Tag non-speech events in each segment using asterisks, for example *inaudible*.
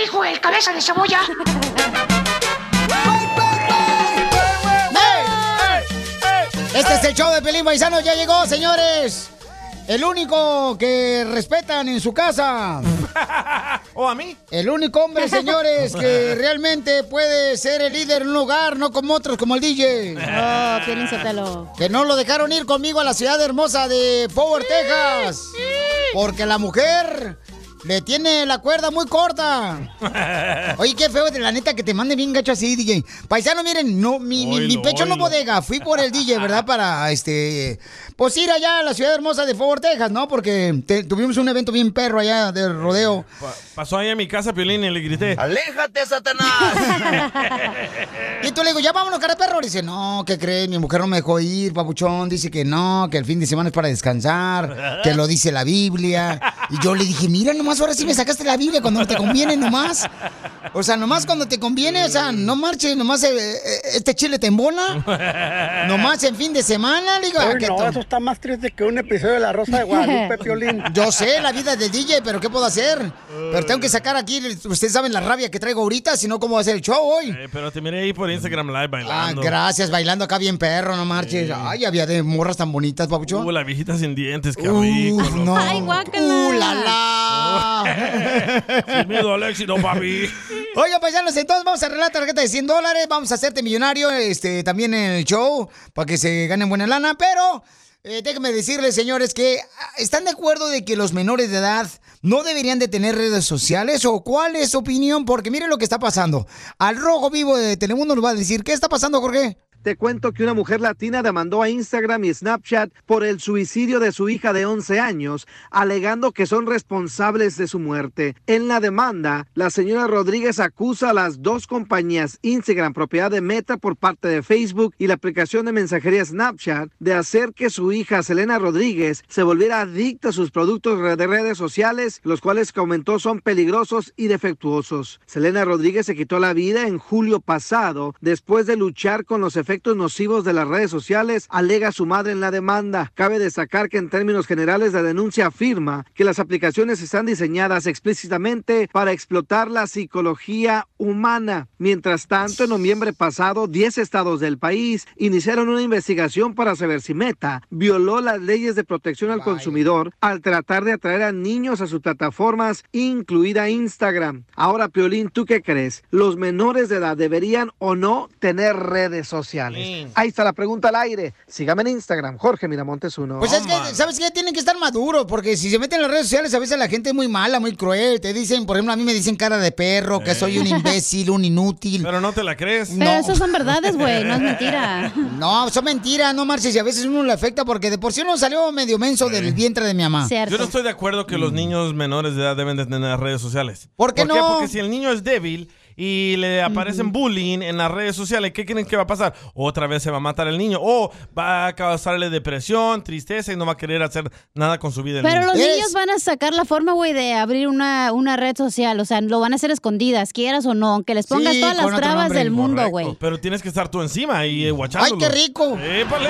dijo el cabeza de cebolla? Este es el show de Pelín Paisano, ya llegó, señores. El único que respetan en su casa. ¿O Oh, a mí? El único hombre, señores, *laughs* que realmente puede ser el líder en un lugar, no como otros, como el DJ. Oh, Piolín Sotelo. Que no lo dejaron ir conmigo a la ciudad hermosa de Power, Texas. Porque la mujer le tiene la cuerda muy corta. Oye, qué feo, de la neta, que te mande bien gacho así, DJ. Paisano, miren, no, mi, mi- Oilo, mi pecho no oilo. bodega. Fui por el DJ, ¿verdad? Para, este, pues ir allá a la ciudad hermosa de Fort Worth, Texas, ¿no? Porque te- tuvimos un evento bien perro allá de rodeo. Pa- pasó ahí a mi casa, Piolín, y le grité. ¡Aléjate, Satanás! y tú le digo, ya vámonos, cara de perro. Le dice, no, ¿qué crees? Mi mujer no me dejó ir, papuchón. Dice que no, que el fin de semana es para descansar, que lo dice la Biblia. Y yo le dije, mira, nomás ahora sí me sacaste la Biblia cuando te conviene, nomás. O sea, nomás cuando te conviene, o sea, no marches, nomás eh, eh, este chile te embona. *laughs* Nomás en fin de semana, le digo. Uy, ¿a qué no, to- eso está más triste que un episodio de La Rosa de *laughs* Guadalupe, Piolín. Yo sé la vida del DJ, pero ¿qué puedo hacer? Pero tengo que sacar aquí, ustedes saben la rabia que traigo ahorita, si no, ¿cómo va a ser el show hoy? *laughs* Eh, pero te miré ahí por Instagram Live Ah, bailando. gracias, bailando acá bien perro, no marches. Ay, había de morras tan bonitas, papucho. Uh, la viejita sin dientes, qué Uf, rico. loco. no. Ay, guácala. Uh, la, la. Sin *laughs* miedo al éxito, papi. Oiga, paisanos, entonces vamos a arreglar la tarjeta de 100 dólares, vamos a hacerte millonario este, también en el show para que se ganen buena lana, pero eh, déjenme decirles, señores, que ah, ¿están de acuerdo de que los menores de edad no deberían de tener redes sociales o cuál es su opinión? Porque miren lo que está pasando. Al rojo vivo de Telemundo nos va a decir, ¿qué está pasando, Jorge? Te cuento que una mujer latina demandó a Instagram y Snapchat por el suicidio de su hija de 11 años, alegando que son responsables de su muerte. En la demanda, la señora Rodríguez acusa a las dos compañías Instagram, propiedad de Meta por parte de Facebook y la aplicación de mensajería Snapchat, de hacer que su hija Selena Rodríguez se volviera adicta a sus productos de redes sociales, los cuales comentó son peligrosos y defectuosos. Selena Rodríguez se quitó la vida en julio pasado después de luchar con los efectos nocivos de las redes sociales, alega su madre en la demanda. Cabe destacar que en términos generales la denuncia afirma que las aplicaciones están diseñadas explícitamente para explotar la psicología humana. Mientras tanto, en noviembre pasado, 10 estados del país iniciaron una investigación para saber si Meta violó las leyes de protección al consumidor al tratar de atraer a niños a sus plataformas, incluida Instagram. Ahora, Piolín, ¿tú qué crees? ¿Los menores de edad deberían o no tener redes sociales? Ahí está la pregunta al aire. Sígame en Instagram, Jorge Miramontes uno. Pues es que, ¿sabes qué? Tienen que estar maduros, porque si se meten en las redes sociales, a veces la gente es muy mala, muy cruel. Te dicen, por ejemplo, a mí me dicen cara de perro, que Eh. soy un imbécil, un inútil. *laughs* Pero no te la crees. Pero esas son verdades, güey, *laughs* no es mentira. No, son mentiras, no marches. Y a veces uno le afecta porque de por sí uno salió medio menso del vientre de mi mamá. Yo no estoy de acuerdo que los niños menores de edad deben de tener redes sociales. Mm. ¿Por qué no? Porque si el niño es débil y le aparecen bullying en las redes sociales, ¿qué creen que va a pasar? Otra vez se va a matar el niño o va a causarle depresión, tristeza y no va a querer hacer nada con su vida. el Pero niño. los niños van a sacar la forma, güey, de abrir una, una red social. O sea, lo van a hacer escondidas, quieras o no, aunque les pongas Sí, todas con las otro trabas nombre. del mundo, Correcto, güey. Pero tienes que estar tú encima y eh, ¡Ay, guachándolo. qué rico! ¡Épale!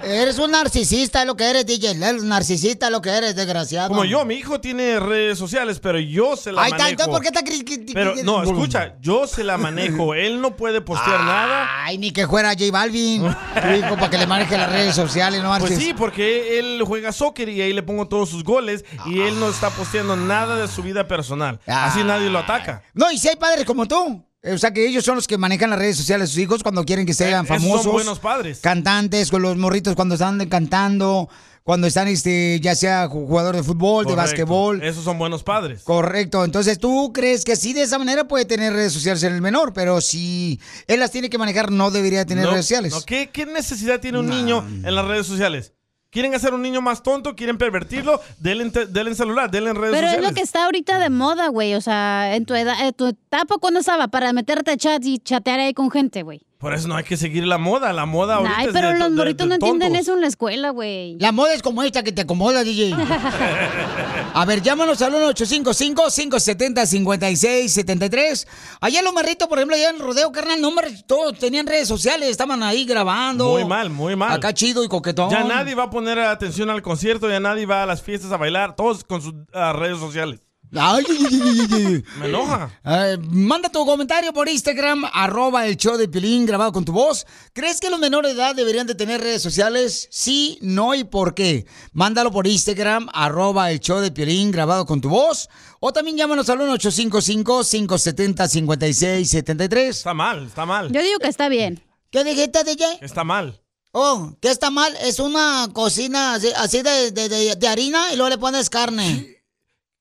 Eres un narcisista, lo que eres, DJ. Eres un narcisista, lo que eres, desgraciado. Como yo, mi hijo tiene redes sociales, pero yo se la Ay, manejo. tanto, ¿por qué te cri- cri- Pero cri- no, escucha, yo se *laughs* la manejo. Él no puede Ah. postear nada. Ay, ni que fuera J *laughs* Balvin, tu hijo, para que le maneje las redes sociales, no marches. Pues sí, porque él juega soccer y ahí le pongo todos sus goles y él no está posteando nada de su vida personal. Ah. Así nadie lo ataca. No, y si hay padres como tú. eh, O sea, que ellos son los que manejan las redes sociales de sus hijos cuando quieren que sean Eh, esos son famosos. buenos padres. Cantantes, con los morritos cuando están cantando, cuando están, este, ya sea jugador de fútbol, de Correcto. básquetbol. Esos son buenos padres. Correcto. Entonces, ¿tú crees que sí de esa manera puede tener redes sociales en el menor? Pero si él las tiene que manejar, no debería tener No, redes sociales. no, ¿qué, qué necesidad tiene un niño en las redes sociales? ¿Quieren hacer un niño más tonto? ¿Quieren pervertirlo? Denle, en- denle en celular, denle en redes Pero es sociales. lo que está ahorita de moda, güey. O sea, en tu edad, en tu etapa cuando estaba para meterte a chat y chatear ahí con gente, güey. Por eso no hay que seguir la moda. La moda ahorita Ay, es pero de to- los de- morritos de no entienden tontos. eso en la escuela, güey. La moda es como esta que te acomoda, DJ. *laughs* A ver, llámanos al 1-855-570-5673. Allá en los marritos, por ejemplo, allá en el rodeo, carnal, no, hombre, todos tenían redes sociales, estaban ahí grabando. Muy mal, muy mal. Acá chido y coquetón. Ya nadie va a poner atención al concierto, ya nadie va a las fiestas a bailar, todos con sus ah, redes sociales. Ay, ay, ay, ay, ay. Me enoja. Eh, manda tu comentario por Instagram, arroba el show de Pilín grabado con tu voz. ¿Crees que los menores de edad deberían de tener redes sociales? Sí, no y por qué. Mándalo por Instagram, arroba el show de Pilín grabado con tu voz. O también llámanos al 1-855-570-5673. Está mal, está *laughs* mal. Yo digo que está bien. ¿Qué dijiste, DJ? Está mal. Oh, ¿qué está mal? Es una cocina así, así de, de- de- de harina y luego le pones carne.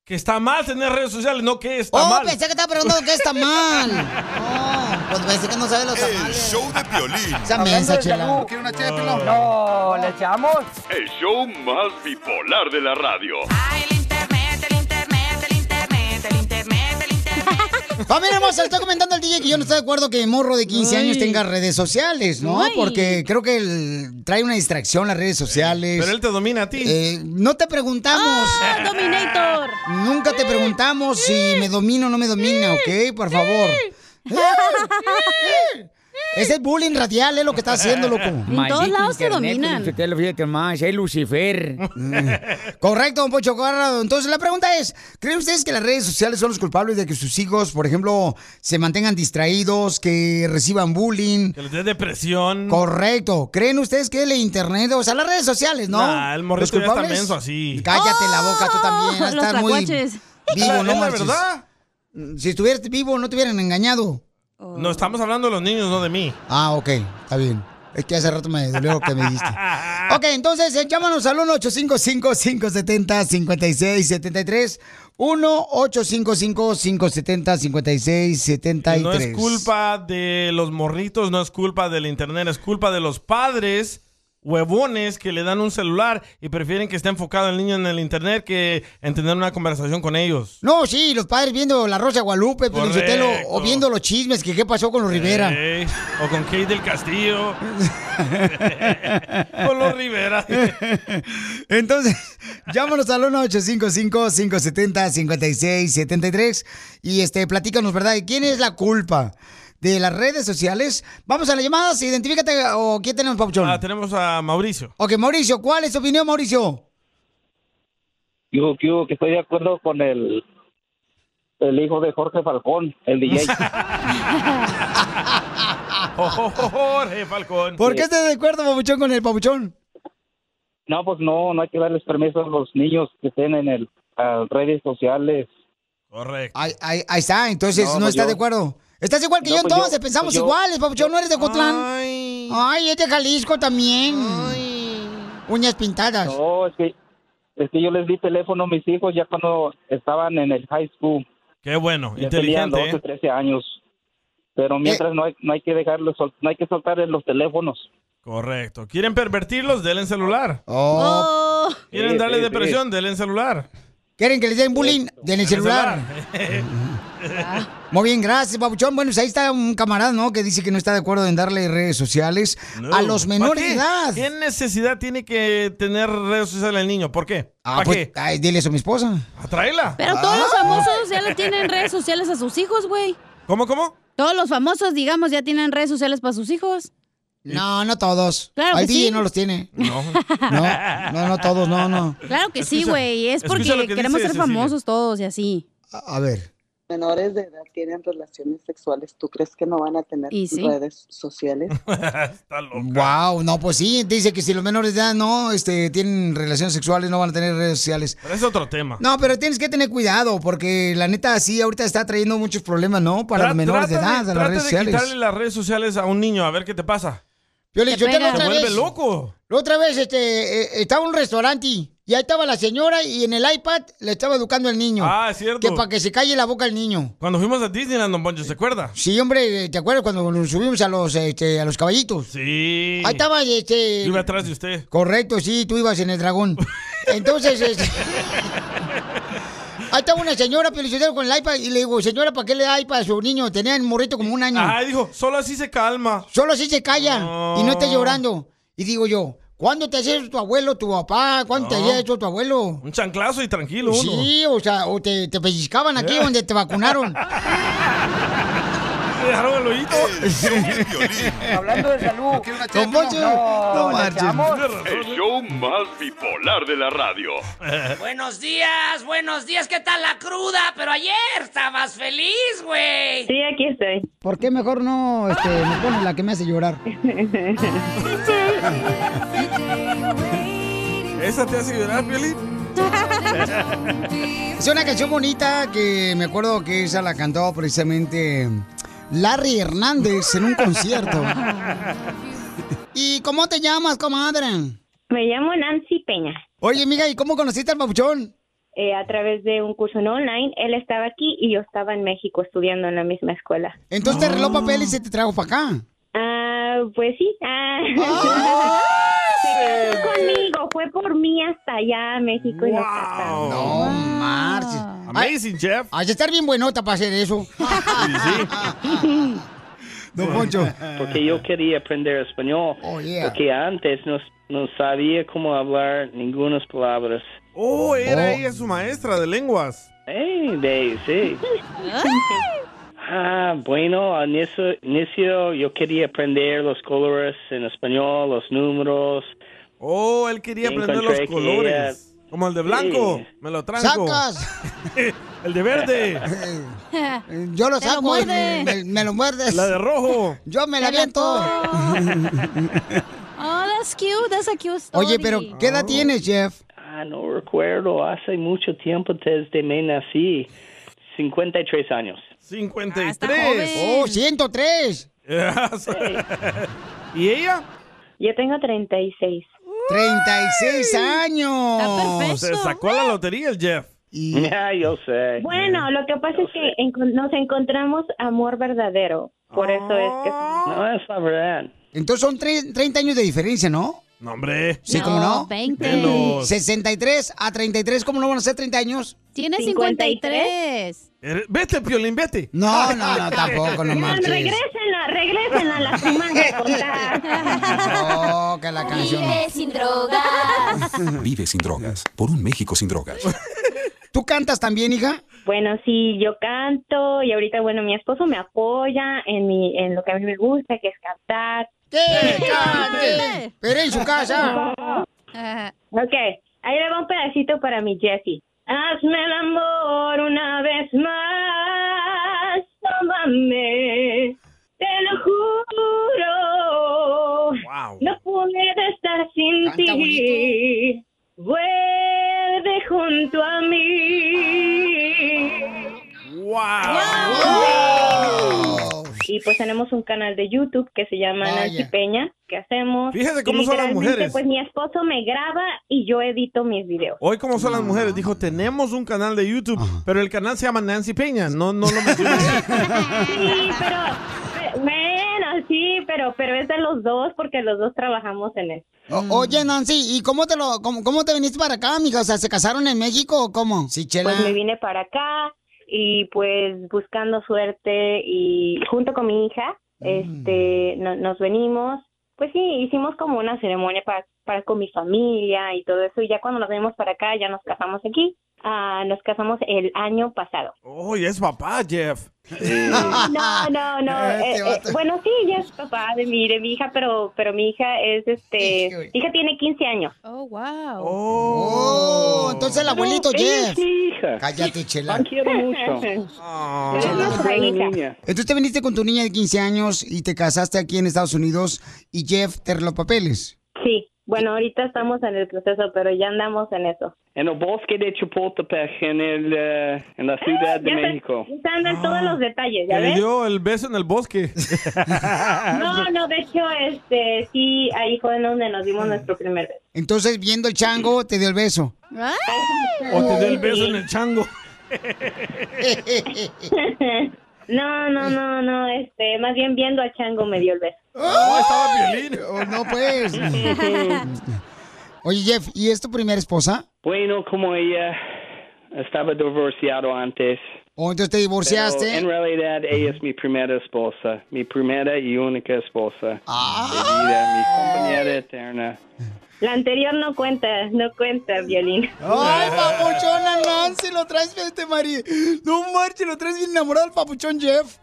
Que está mal tener redes sociales, no que está oh, mal. pensé que estaba preguntando qué está *laughs* mal. Oh, pues pensé que no sabe los El tamales. show de violín. Esa mensa, chela. ¿Quiere una chela, Pelón? No, ¿le echamos? El show más bipolar de la radio. Ay, el internet, el internet, el internet, el internet, el internet. Familia hermosa, le estoy comentando al DJ que yo no estoy de acuerdo que morro de 15 años Ay. tenga redes sociales, ¿no? Ay. Porque creo que el- trae una distracción las redes sociales. Pero él te domina a ti. Eh, no te preguntamos. ¡Ah, Dominator! Nunca te preguntamos si me domina o no me domina, ¿ok? Por favor. Eh. Ese es bullying radial, es lo que está haciendo, *laughs* loco. En todos Maldito lados se internet, dominan. Usted lo fíjate más, es Lucifer. *laughs* Correcto, don Pocho Corrado. Entonces la pregunta es, ¿creen ustedes que las redes sociales son los culpables de que sus hijos, por ejemplo, se mantengan distraídos, que reciban bullying? Que les dé depresión. Correcto. ¿Creen ustedes que el internet, o sea, las redes sociales, no? Nah, el morrito ¿Los ya está culpables? menso así. Cállate la boca, tú también. Oh, *laughs* los Estás muy tlacuaches. vivo, Es la ¿no? marches. verdad. Si estuvieras vivo, no te hubieran engañado. No estamos hablando de los niños, no de mí. Ah, ok, está bien. Es que hace rato me dolió lo que me *laughs* dijiste. Ok, entonces eh, llámanos al 1-855-570-5673. 1-855-570-5673. No es culpa de los morritos, no es culpa del internet, es culpa de los padres huevones que le dan un celular y prefieren que esté enfocado el niño en el internet que en tener una conversación con ellos. No, sí, los padres viendo la Rosa de Guadalupe, Piolín Sotelo, Correcto. o viendo los chismes, que qué pasó con los Rivera. Ey, o con Kate *laughs* del Castillo. *laughs* con los Rivera. Entonces, llámanos al 1-855-570-5673 y este, platícanos, ¿verdad? ¿De quién es la culpa? ¿De las redes sociales? Vamos a las llamadas, identifícate o ¿quién tenemos, Papuchón? Ah, tenemos a Mauricio. ok, Mauricio, ¿cuál es tu opinión, Mauricio? Yo, yo que estoy de acuerdo con el, el hijo de Jorge Falcón, el DJ. *laughs* Oh, Jorge Falcón. ¿Por qué estás de acuerdo, Papuchón, con el Papuchón? no, pues no, no hay que darles permiso a los niños que estén en el a redes sociales. Correcto. Ahí, ahí- ahí está, entonces No, no, pues estás yo- de acuerdo. Estás igual que No, yo, pues yo- entonces, pensamos pues yo- iguales, Papuchón, no eres de Cotlán. Ay. Ay, es de Jalisco también. Uñas pintadas. No, es que, es que yo les di teléfono a mis hijos ya *laughs* cuando estaban en el high school. Qué bueno, Ya tenían inteligente. 12, ¿eh? 13 años. Eh. Pero mientras no hay, no hay que dejarlos, sol- no hay que soltarles los teléfonos. Correcto. ¿Quieren pervertirlos? Denle en celular. Oh, ¡Oh! ¿Quieren Sí, darle sí, sí. depresión? Denle en celular. ¿Quieren que les den bullying? Den el En el celular. *laughs* Muy bien, gracias, Papuchón. Bueno, pues ahí está un camarada, ¿no? Que dice que no está de acuerdo en darle redes sociales No. a los menores ¿Para de qué? edad. ¿Qué necesidad tiene que tener redes sociales el niño? ¿Por qué? Ah, ¿Para pues, qué? Ah, ay, dile eso a mi esposa. ¿Atraerla? Pero todos Ah. los famosos ya le tienen redes sociales a sus hijos, güey. ¿Cómo, cómo? Todos los famosos, digamos, ya tienen redes sociales para sus hijos. No, no todos. Claro Al que DJ sí. no los tiene. No. No, *laughs* no, no todos, no, no. Claro que sí, Escucha- güey. Es porque escucha lo que queremos dice ser Cecilia. famosos todos y así. A, a ver. menores de edad tienen relaciones sexuales, ¿tú crees que no van a tener Y sí. redes sociales? Está loco. Wow, no, pues sí, dice que si los menores de edad no este, tienen relaciones sexuales, no van a tener redes sociales. Pero es otro tema. No, pero tienes que tener cuidado, porque la neta sí, ahorita está trayendo muchos problemas, ¿no? Para Tra- los menores de trata edad, a las trata redes de sociales. quitarle las redes sociales a un niño, a ver qué te pasa. Yo le Te yo te la pega. Te otra Tal vuelve vez- loco. La otra vez este, eh, estaba en un restaurante y ahí estaba la señora y en el iPad le estaba educando al niño. Ah, es cierto. Que para que se calle la boca el niño. Cuando fuimos a Disneyland, don Poncho, ¿se acuerda? Sí, hombre, eh, ¿te acuerdas cuando nos subimos a los, este, a los caballitos? Sí. Ahí estaba este... Yo Iba atrás de usted. Correcto, sí, tú ibas en el *laughs* dragón. Entonces, este, ahí estaba una señora pelicotera con el iPad y le digo, señora, ¿para qué le da iPad a su niño? Tenía el morrito como un año. Ah, dijo, solo así se calma. Solo así se calla y no está No. llorando. Y digo yo, ¿cuándo te hacía eso tu abuelo, tu papá? ¿Cuándo te No. hacía eso tu abuelo? Un chanclazo y tranquilo uno. Eh. *laughs* Sí, o sea, o te, te pellizcaban aquí donde te vacunaron. Le dejaron el hoyito. Hablando de salud. Don Poncho, no marchen. El show más bipolar de la radio. Buenos días, buenos días, ¿qué tal la cruda? Pero ayer estabas feliz, güey. Sí, aquí estoy. ¿Por qué mejor no este, me pones la que me hace *laughs* llorar? ¿Esa te hace llorar, Piolín? *laughs* Es una canción bonita que me acuerdo que ella la cantó precisamente Larry Hernández en un *laughs* concierto. ¿Y cómo te llamas, comadre? Me llamo Nancy Peña. Oye, amiga, ¿y cómo conociste al papuchón? Eh, a través de un curso en online, él estaba aquí y yo estaba en México estudiando en la misma escuela. Entonces te arregló papel y se te trajo para acá. Ah, pues sí. Ah. *laughs* Se casó conmigo, fue por mí hasta allá a México y nos casamos. No marches. Amazing, Jeff. Hay que estar bien buenota para hacer *laughs* eso. *laughs* Don Poncho. Oh, Porque yo quería aprender español. yeah. Porque antes no, no sabía cómo hablar ninguna palabras. Oh, era ella su maestra de lenguas. Hey, de, sí. Ah, bueno, al inicio, inicio yo quería aprender los colores en español, los números. Oh, él quería aprender los colores. Como el de blanco, me lo *laughs* tranco. ¡Sacas! *laughs* El de verde. *laughs* Yo lo Te lo saco. y muerde. me, me lo muerdes. La de rojo. *laughs* Yo me la aviento. *laughs* Oh, that's cute, that's a cute story. Oye, pero ¿qué Oh. edad tienes, Jeff? Ah, no recuerdo, hace mucho tiempo desde me nací, 53 años. 53. ¡Oh, *laughs* 103! ¿Y ella? Yo tengo 36. 36 años. Se sacó la lotería el Jeff. Ya, yo sé. Bueno, lo que pasa es que encon- nos encontramos amor verdadero. Por eso es que... Ah. No, es la verdad. Entonces son tre- 30 años de diferencia, ¿no? No, hombre. Sí, ¿cómo no? 20. Menos. 63 a 33, ¿cómo no van a ser 30 años? Tiene 53. Eres- Vete, Piolín, vete. No, no, no, tampoco, no Ah, marches. Regrésenla, regrésenla a la *laughs* primanga a contar. Oh, que la canción. sin drogas. *laughs* Vive sin drogas. Por un México sin drogas. ¿Tú cantas también, hija? Bueno, sí, yo canto y ahorita, bueno, mi esposo me apoya en, mi, en lo que a mí me gusta, que es cantar. ¡Que cante! Pero en su casa. *laughs* Ok, ahí le va un pedacito para mi Jesse. Hazme el amor una vez más, tómame, te lo juro. No puedo estar sin Canta ti. Vuelve junto a mí. Y pues tenemos un canal de YouTube que se llama Vaya. Nancy Peña, que hacemos. Fíjate cómo Y son las literalmente, mujeres. Pues mi esposo me graba y yo edito mis videos. Hoy, como son las mujeres, dijo, tenemos un canal de YouTube, pero el canal se llama Nancy Peña. No, no lo *laughs* mencioné. Sí, pero pe- bueno, sí, pero pero es de los dos porque los dos trabajamos en él. O- oye, Nancy, ¿y cómo te lo, cómo, cómo te viniste para acá, amiga? O sea, ¿se casaron en México o cómo? Sí, chela. Pues me vine para acá y pues buscando suerte y junto con mi hija, este, no- nos venimos. Pues sí, hicimos como una ceremonia para, para con mi familia y todo eso. Y ya cuando nos venimos para acá, ya nos casamos aquí. Ah, nos casamos el año pasado. Oh, y es papá, Jeff. No, no, no. eh, eh, bueno, sí, ella es papá de mi, de mi hija, pero, pero mi hija es, este, mi hija tiene 15 años. Oh, wow. Oh, entonces el abuelito No, ella Jeff. sí, Cállate, chela. La *laughs* quiero mucho. Chela. niña. Entonces te viniste con tu niña de 15 años y te casaste aquí en Estados Unidos y Jeff te arregló papeles. Sí, bueno, ahorita estamos en el proceso, pero ya andamos en eso. En el bosque de Chapultepec, en, el, eh, en la Ciudad de Ah, Ya se- México. ya se Ah. andan todos los detalles, ¿ya Que le ves? dio el beso en el bosque. Ah, No, no, de hecho, este, sí, ahí fue donde nos dimos nuestro primer beso. Entonces, viendo el chango, te dio el beso. O te dio el beso en el chango. *laughs* No, no, no, no, este, más bien viendo al chango me dio el beso. No, ¡Oh! estaba violín. no, *laughs* pues. Oye, Jeff, ¿y es tu primera esposa? Bueno, como ella estaba divorciado antes. ¿O entonces te divorciaste? Pero en realidad ella es mi primera esposa, Ah. mi primera y única esposa. Querida, mi compañera eterna. La anterior no cuenta, no cuenta, Violín. Ay, papuchona Nancy, lo traes este marido. No marches, lo traes bien enamorado al *laughs* papuchón Jeff.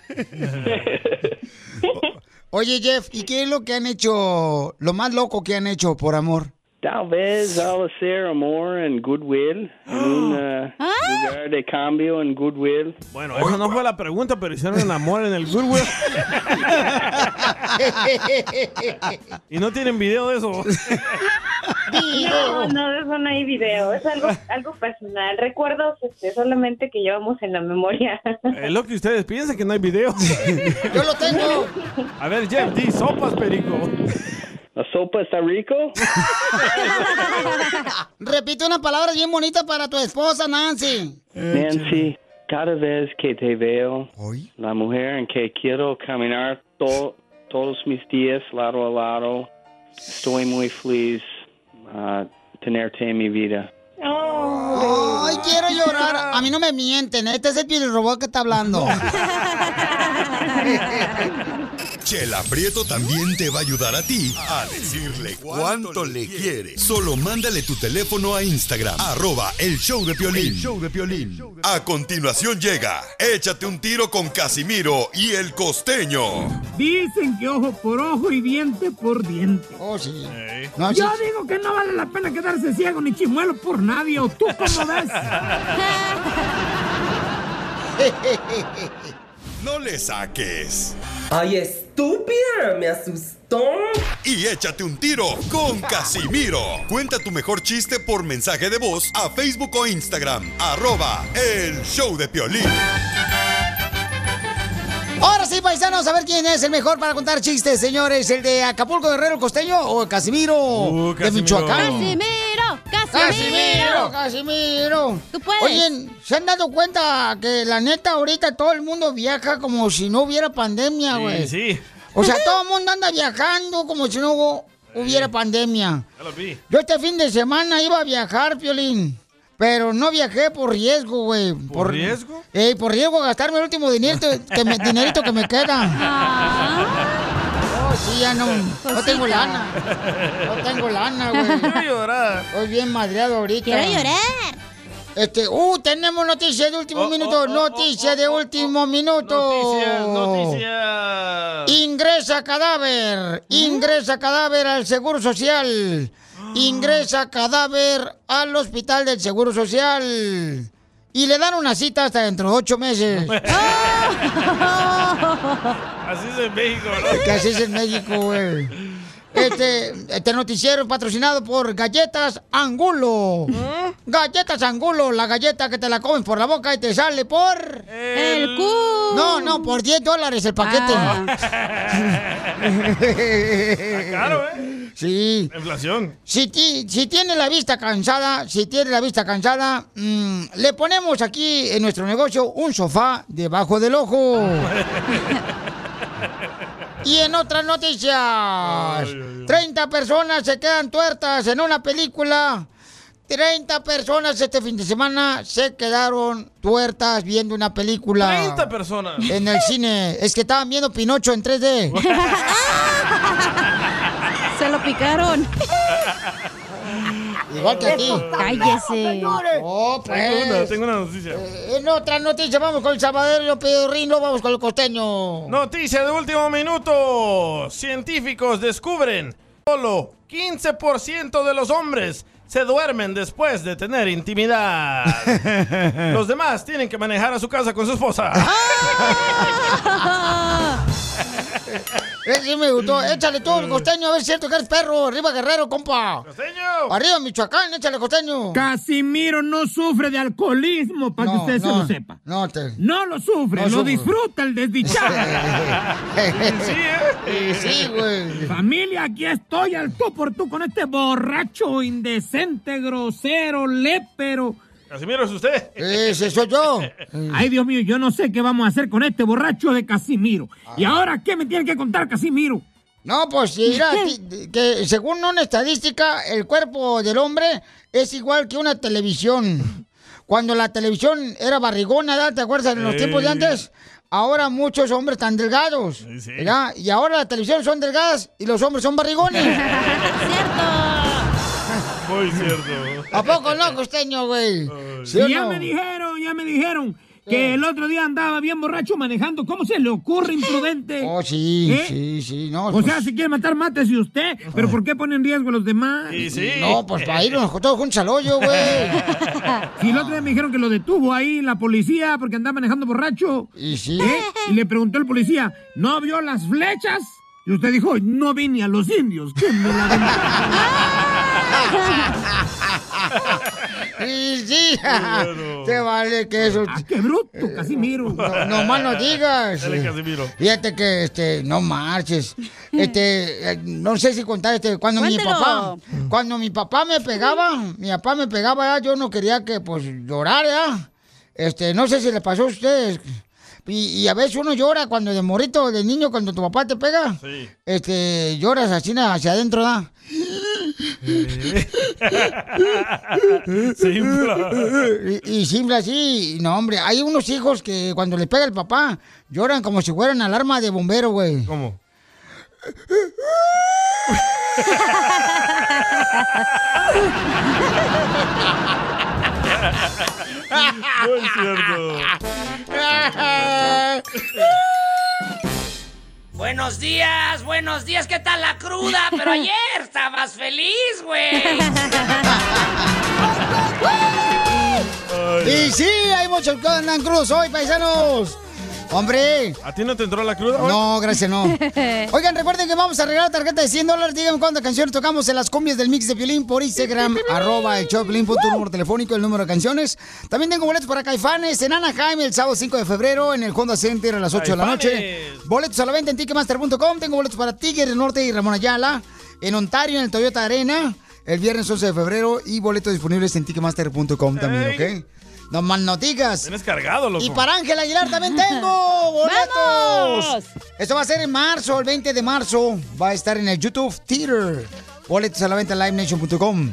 Oye, Jeff, ¿y qué es lo que han hecho, lo más loco que han hecho por amor? Tal vez al hacer amor en Goodwill, en *gasps* un eh, Ah. lugar de cambio en Goodwill. Bueno, esa no fue la pregunta, pero hicieron el amor en el Goodwill. Y no tienen video de *laughs* eso. No, no, de eso no hay video. Es algo, algo personal. Recuerdos este, solamente que llevamos en la memoria. Es lo que ustedes piensan que no hay video. Yo lo tengo. A ver, Jeff, di sopas, perico. ¿La sopa está rico? Repite una palabra bien bonita para tu esposa, Nancy. Nancy, cada vez que te veo, la mujer en que quiero caminar to- todos mis días lado a lado, estoy muy feliz ah, tenerte en mi vida. Ay, quiero llorar. A mí no me mienten. Este es el robot que está hablando. Chela Prieto también te va a ayudar a ti a decirle cuánto le quiere. Solo mándale tu teléfono a Instagram, arroba el show de Piolín. El A continuación llega, échate un tiro con Casimiro y el *laughs* costeño. Dicen que ojo por ojo y diente por diente. Oh, sí. No, Yo sí. digo que no vale la pena quedarse ciego ni chimuelo por nadie. ¿O tú cómo *laughs* ves? No le saques. ¡Ay, estúpida! ¡Me asustó! Y échate un tiro con Casimiro. Cuenta tu mejor chiste por mensaje de voz a Facebook o Instagram. Arroba el show de Piolín. Ahora sí, paisanos, a ver quién es el mejor para contar chistes, señores. ¿El de Acapulco Guerrero Costeño o Casimiro de Michoacán? ¡Casimiro! ¡Casimiro! ¡Casimiro! ¡Casimiro! Tú puedes. Oye, ¿se han dado cuenta que la neta ahorita todo el mundo viaja como si no hubiera pandemia, güey? Sí, sí. O sea, todo el mundo anda viajando como si no hubo- hubiera pandemia. Ya lo vi. Yo este fin de semana iba a viajar, Piolín. Pero no viajé por riesgo, güey. ¿Por, riesgo? Eh, por riesgo a gastarme el último dinerito que me, dinerito que *laughs* me Ah. queda. Oh, sí, ya no. No tengo lana. No tengo *laughs* lana, güey. *laughs* Quiero llorar. Estoy bien madreado ahorita. Quiero llorar. Este, uh, tenemos noticias de Oh, último minuto. noticias de último minuto. Noticias, noticias. ¿Mm? Ingresa cadáver, ingresa cadáver al Seguro *gasps* Social, ingresa cadáver al Hospital del Seguro Social y le dan una cita hasta dentro de ocho *laughs* meses. *laughs* Así es en México, *laughs* Que así es en México, güey. Este, este noticiero es patrocinado por Galletas Angulo. Galletas Angulo, la galleta que te la comes por la boca y te sale por... El culo. No, no, por 10 dólares el paquete. Ah. Ah. Claro, ¿eh? Sí. Inflación. Si, ti- si tiene la vista cansada, si tiene la vista cansada, mm, le ponemos aquí en nuestro negocio un sofá debajo del ojo. y en otras noticias, 30 personas se quedan tuertas en una película. 30 personas este fin de semana se quedaron tuertas viendo una película. 30 personas. En el cine. Es que estaban viendo Pinocho en 3D. *laughs* Se lo picaron. *laughs* Igual que aquí. Cállese. Oh, pues. Tengo una, tengo *laughs* una noticia. En otra noticia, vamos con el Salvador Pedorrino, vamos con el costeño. Noticia de último minuto. Científicos descubren solo 15% de los hombres se duermen después de tener *laughs* intimidad. Los demás tienen que manejar a su casa con su esposa. Ese sí me gustó. Échale tú, el costeño, a ver si es cierto que eres perro. Arriba, guerrero, compa. ¡Costeño! Arriba, Michoacán, échale, costeño. Casimiro no sufre de alcoholismo, para que usted se lo sepa. No, No lo sufre, No lo sufro. disfruta el *laughs* desdichado. Y sí, güey. *laughs* Familia, aquí estoy al tú por tú con este borracho indecente, grosero, lépero. Casimiro, ¿es usted? Ese soy yo. *laughs* Ay, Dios mío, yo no sé qué vamos a hacer con este borracho de Casimiro. ¿Y ahora qué me tiene que contar Casimiro? Ah. No, pues mira, ti- que según una estadística, el cuerpo del hombre es igual que una televisión. Cuando la televisión era barrigona, ¿verdad? ¿te acuerdas? En los Ey. tiempos de antes, ahora muchos hombres están delgados. *laughs* ¿verdad? Y ahora la televisión son delgadas y los hombres son barrigones. ¡Cierto! *laughs* Muy cierto. ¿A poco no, costeño, güey? ¿Sí o ya no? me dijeron, ya me dijeron que el otro día andaba bien borracho manejando. ¿Cómo se le ocurre, imprudente? Oh, sí, ¿Eh? sí, sí, no. O pues- sea, si quiere matar, mátese usted. Pero ¿por qué pone en riesgo a los demás? No, pues para irnos todos juntos al *laughs* hoyo, güey. Si el otro día me dijeron que lo detuvo ahí la policía porque andaba manejando borracho. ¿Eh? Y sí. Y le preguntó el policía, ¿no vio las flechas? Y usted dijo, no vi ni a los indios. ¿Qué me la *laughs* Sí, sí. Te vale que eso. Ah, qué bruto, Casimiro. *laughs* No, no más no digas. Dale, Casimiro. Fíjate que este, no marches. Este, eh, no sé si contar este, cuando mi Cuéntelo. papá, cuando mi papá me pegaba, mi papá me pegaba, ya, yo no quería que pues llorara. ya. Este, no sé si le pasó a ustedes. Y, y a veces uno llora cuando de morrito, de niño, cuando tu papá te pega. Sí. Este, lloras así na- hacia adentro, *laughs* ¿da? Se *laughs* infla. Y, y se infla así. Y No, hombre, hay unos hijos que cuando les pega el papá lloran como si fueran alarma de bombero, güey. ¿Cómo? Muy cierto. Buenos días, buenos días, ¿qué tal la cruda? *laughs* Pero ayer estabas feliz, güey. Y sí, hay muchos que andan cruz hoy, paisanos. Hombre. ¿A ti no te entró la cruda? hoy? No, gracias, *laughs* no. Oigan, recuerden que vamos a regalar tarjeta de 100 dólares. Díganme cuántas canciones tocamos en las cumbias del mix de violín por Instagram, arroba el show de Piolín, punto número telefónico, el número de canciones. También tengo boletos para Caifanes en Anaheim el sábado 5 de febrero en el Honda Center a las 8 de la noche. Caifanes. Boletos a la venta en Ticketmaster.com. Tengo boletos para Tigre del Norte y Ramón Ayala. En Ontario, en el Toyota Arena, el viernes 11 de febrero. Y boletos disponibles en Ticketmaster.com también, Ey. ¿ok? No más noticas. Tienes cargado, loco. Y para Ángel Aguilar también tengo boletos. Esto va a ser en marzo, el 20 de marzo. Va a estar en el YouTube Theater. Boletos a la venta en livenation.com.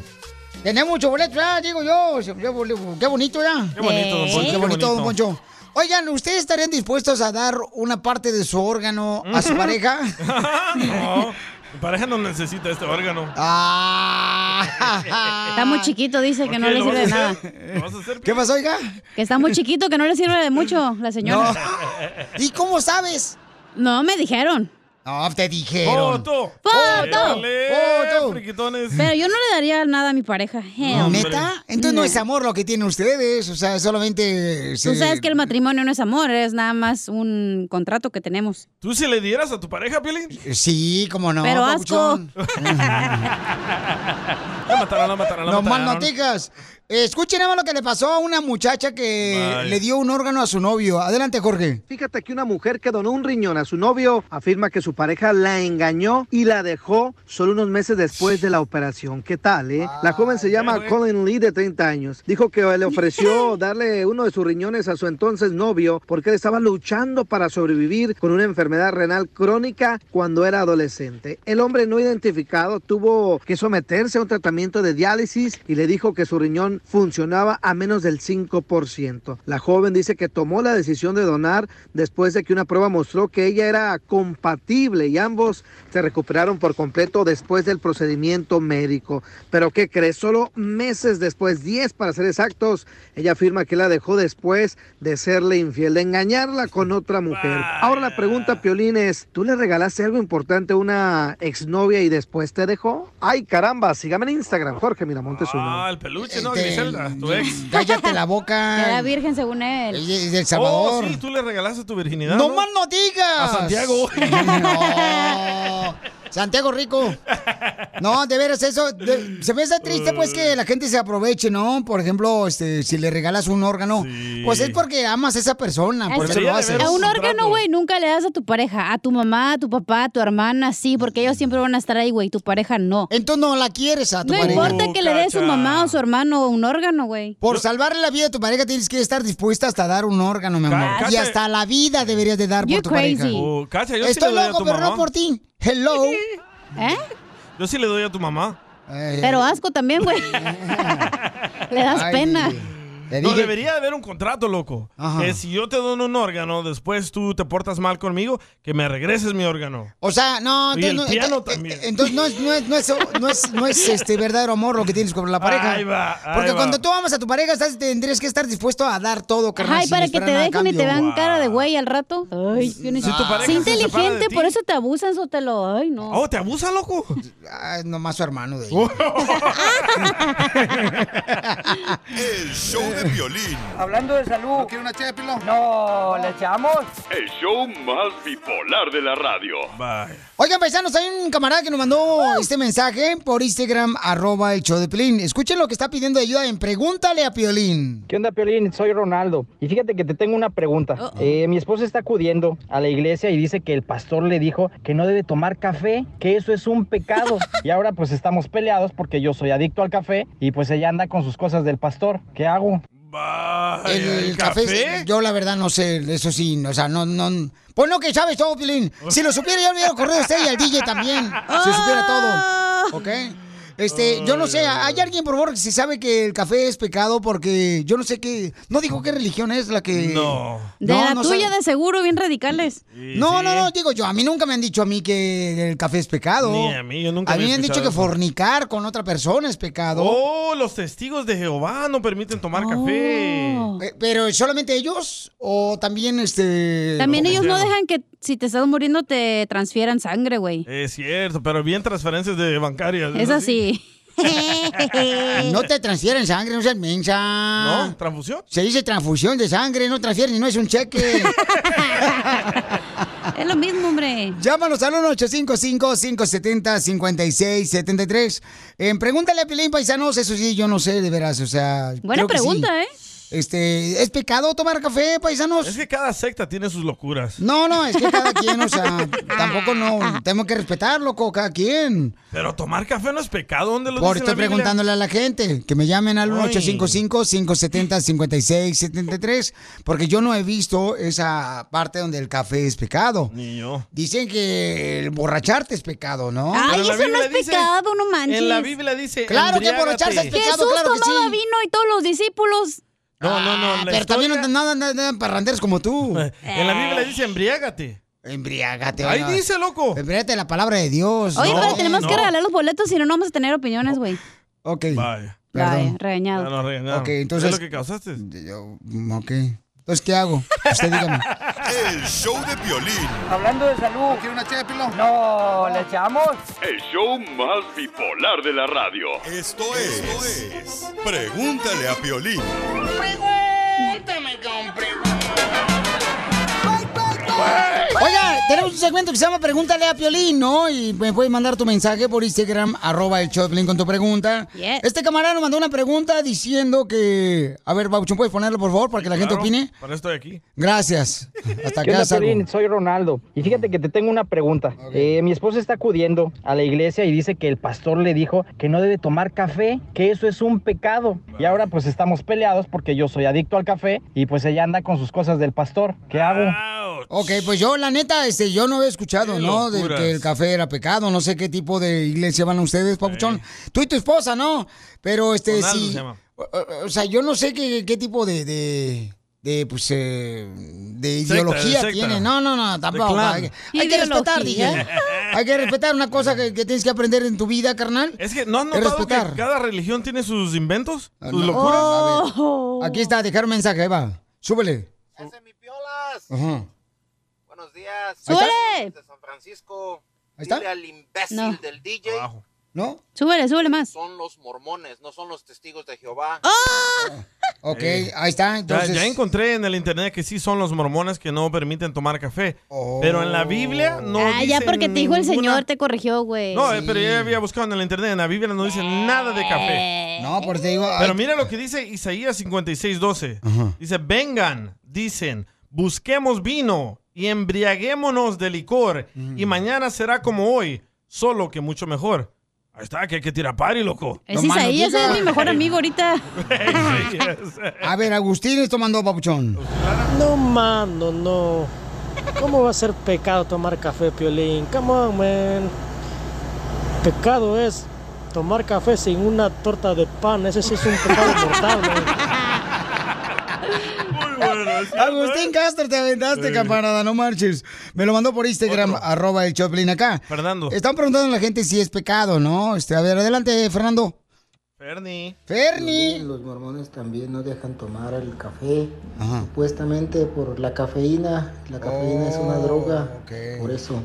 Tenemos muchos boletos, ya, digo yo. Qué bonito, ya. Qué bonito, don Poncho, Qué qué bonito, don bonito. Poncho. Oigan, ¿ustedes estarían dispuestos a dar una parte de su órgano a su pareja? *laughs* no, mi pareja no necesita este órgano. Ah. Está muy chiquito, dice que no ¿Qué, le lo sirve de vas a nada. hacer? *laughs* ¿Qué pasó, oiga? Que está muy chiquito, que no le sirve de mucho la señora. ¿Y cómo sabes? No, me dijeron. No, te dijeron. ¡Foto! ¡Foto! ¡Foto! Pero yo no le daría nada a mi pareja. Hell no. ¿Neta? Entonces no es amor lo que tienen ustedes, o sea, solamente... Tú se- sabes que el matrimonio no es amor, es nada más un contrato que tenemos. ¿Tú si le dieras a tu pareja, Piolín? Sí, cómo *laughs* no. Pero asco. papuchón. La mataron, la mataron, la No más mataron. noticas. Escuchen nada más lo que le pasó a una muchacha que Vaya. le dio un órgano a su novio. Adelante, Jorge. Fíjate que una mujer que donó un riñón a su novio afirma que su pareja la engañó y la dejó solo unos meses después de la operación. ¿Qué tal, eh? La joven se llama Colin Lee, de 30 años. Dijo que le ofreció darle uno de sus riñones a su entonces novio porque él estaba luchando para sobrevivir con una enfermedad renal crónica cuando era adolescente. El hombre no identificado tuvo que someterse a un tratamiento de diálisis y le dijo que su riñón funcionaba a menos del 5%. La joven dice que tomó la decisión de donar después de que una prueba mostró que ella era compatible y ambos se recuperaron por completo después del procedimiento médico. Pero ¿qué crees? Solo meses después, 10 para ser exactos, ella afirma que la dejó después de serle infiel, de engañarla con otra mujer. Ahora la pregunta, Piolín, es, ¿tú le regalaste algo importante a una exnovia y después te dejó? Ay, caramba, sígame en Instagram, Jorge Miramontes uno. Ah, el peluche, ¿no? Este, Griselda, tu ex. Cállate *laughs* la boca. Era virgen según él. del Oh, sí, tú le regalaste tu virginidad. No más no digas. A Santiago. No. Santiago Rico. No, de veras, eso de- se me hace triste, pues, que la gente se aproveche, ¿no? Por ejemplo, este, si le regalas un órgano, pues es porque amas a esa persona, por eso pues, lo haces. A un órgano, güey, nunca le das a tu pareja. A tu mamá, a tu papá, a tu hermana, sí, porque ellos siempre van a estar ahí, güey. Tu pareja no. Entonces no la quieres a No importa que le dé su mamá o su hermano un órgano, güey. Por salvarle la vida a tu pareja tienes que estar dispuesta hasta dar un órgano, mi amor. Cállate. Y hasta la vida deberías de dar por tu pareja. Oh, Cacha, yo Estoy sí le doy a loco, tu pero mamá. no por ti. *laughs* Hello. *laughs* ¿Eh? Yo sí le Eh, doy a tu mamá. Pero asco también, güey. le das Ay, pena. No, debería haber un contrato, loco. Ajá. Que si yo te dono un órgano, después tú te portas mal conmigo, que me regreses mi órgano. O sea, no, Y el no, piano ente- también. eh, entonces no es, no es, no es, no es- no es, este verdadero amor lo que tienes con la pareja. Ahí va, ahí Porque va. cuando tú amas a tu pareja, estás- tendrías que estar dispuesto a dar todo, carnal. Ay, sin para que esperar te nada a dejen y te cambio. vean cara de güey al rato. Ay, qué tu necesito. pareja Sé se separa de inteligente, ti. Oh, por eso te abusan, Sotelo. Ay, no. Oh, ¿te abusa, loco? Ah, nomás su hermano de ahí. El show de violín. Hablando de salud. ¿No quiere una ché de No, ¿le echamos? El show más bipolar de la radio. Oigan, paisanos, hay un camarada que nos mandó este mensaje por Instagram, arroba el show de Piolín. Escuchen lo que está pidiendo ayuda en Pregúntale a Piolín. ¿Qué onda, Piolín? Soy Ronaldo. Y fíjate que te tengo una pregunta. Eh, mi esposa está acudiendo a la iglesia y dice que el pastor le dijo que no debe tomar café, que eso es un pecado. y ahora pues estamos peleados porque yo soy adicto al café y pues ella anda con sus cosas del pastor. ¿Qué hago? El, café, yo la verdad no sé, eso sí, no, o sea, no, no. Pues no que sabes todo, *laughs* Piolín. Si lo supiera, yo le hubiera corrido a usted y al DJ también. Si supiera Ah. todo. ¿Ok? Este, yo no sé, ¿hay alguien, por favor, que se sabe que el café es pecado? Porque yo no sé qué. No dijo qué religión es la que. No. De la tuya, de seguro, bien radicales. No, no, no, digo yo, a mí nunca me han dicho a mí que el café es pecado. Ni a mí, yo nunca A mí había me han dicho escuchado que eso. fornicar con otra persona es pecado. Oh, los testigos de Jehová no permiten tomar café. Oh. Eh, Pero solamente ellos o también este También ellos no cristiano. dejan que si te estás muriendo te transfieran sangre, güey. Es cierto, pero bien transferencias de bancarias. Es así. *laughs* no te transfieren sangre, no seas mensa. ¿No? ¿Transfusión? Se dice transfusión de sangre, no transfieren y no es un cheque. *laughs* es lo mismo, hombre. Llámanos al 1-855-570-5673. Eh, pregúntale a Pilín Paisanos, eso sí, yo no sé de veras, o sea. Buena creo que sí. pregunta, ¿eh? Este, ¿es pecado tomar café, paisanos? Es que cada secta tiene sus locuras. No, no, es que cada quien, o sea, tampoco no, *laughs* tenemos que respetar, loco, cada quien. *laughs* Pero tomar café no es pecado, ¿dónde lo Por dice la estoy Biblia? preguntándole a la gente, que me llamen al Ay. 1-855-570-5673, porque yo no he visto esa parte donde el café es pecado. Ni yo. Dicen que el borracharte es pecado, ¿no? Ay, Pero la eso no Biblia es dice- pecado, no manches. En la Biblia dice. Claro que embriágate. borracharse es Jesús pecado, claro que tomaba sí. vino y todos los discípulos. No, no, no. la Ah, Pero historia- también no nada, nada, nada parranderos como tú. *laughs* En la Biblia dice embriágate. Embriágate. Ahí bueno. dice, loco. Embriágate la palabra de Dios. Oye, Pues ¿no? pero tenemos que regalar los boletos si no, no vamos a tener opiniones, güey. Ok. Vaya. Vaya, Perdón. regañado. Ok, entonces. ¿Es lo que causaste? Ok. Entonces, ¿qué hago? Usted dígame. El show de violín. Hablando de salud. ¿No quiere una ché de No, ¿le echamos? El show más bipolar de la radio. Esto es. Pregúntale a violín. Pregúntame, compre. Oiga, tenemos un segmento que se llama Pregúntale a Piolín, ¿no? Y me puedes mandar tu mensaje por Instagram, arroba el show de Piolín con tu pregunta. Este camarada nos mandó una pregunta diciendo que... A ver, Babuchón, ¿puedes ponerlo, por favor, para que la gente Claro, opine? Para esto de aquí. Gracias. Hasta ¿Qué acá onda, salgo. Piolín? Soy Ronaldo. Y fíjate que te tengo una pregunta. Eh, mi esposa está acudiendo a la iglesia y dice que el pastor le dijo que no debe tomar café, que eso es un pecado. Y ahora pues estamos peleados porque yo soy adicto al café y pues ella anda con sus cosas del pastor. ¿Qué hago? Ok, pues yo, la neta, este, yo no había escuchado, ¿no? De locuras. que el café era pecado. No sé qué tipo de iglesia van ustedes, Papuchón. Tú y tu esposa, ¿no? Pero, este, Ronaldo sí... se llama. O, o- o sea, yo no sé qué, qué tipo de... de... de, pues, eh, de Secta, ideología de secta. tiene. No, no, no, tampoco. clan. Hay, hay que respetar, dije. ¿eh? Hay que respetar una cosa que, que tienes que aprender en tu vida, carnal. Es que no han Es notado respetar. que cada religión tiene sus inventos, sus Ah, no. locuras. Oh. A ver, Oh. Aquí está, dejar un mensaje, ahí va. Súbele. Ajá. Buenos días. Súbele. De San Francisco. Ahí está. Dile al imbécil No. del DJ. ¿No? Súbele, súbele más. Son los mormones, no son los testigos de Jehová. Ok, Eh, ahí está. ya- Entonces, Ya, encontré en el internet que sí son los mormones que no permiten tomar café. Oh. Pero en la Biblia no. ah, ya dice porque te dijo el ninguna- señor, te corrigió, güey. No, eh, pero ya había buscado en el internet. En la Biblia no dice nada de Eh. café. No, por te digo. Pero mira lo que dice Isaías 56, 12. Dice: Vengan, dicen, busquemos vino y embriaguémonos de licor. Mm. Y mañana será como hoy, solo que mucho mejor. Ahí está, que hay que tirar pari, loco. Es Isaías, ese es mi mejor amigo ahorita. *laughs* a ver, Agustín esto mandó papuchón. No, mano, no. ¿Cómo va a ser pecado tomar café, Piolín? Come on, man. Pecado es *laughs* tomar café sin una torta de pan. Ese sí es un pecado mortal, man. Agustín Castro, te aventaste, Sí. camarada, no marches. Me lo mandó por Instagram, arroba el Choplin acá. Fernando. Están preguntando a la gente si es pecado, ¿no? Este, a ver, adelante, Fernando. Fernie. Fernie. Los mormones también no dejan tomar el café, supuestamente por la cafeína. La cafeína es una droga, por eso.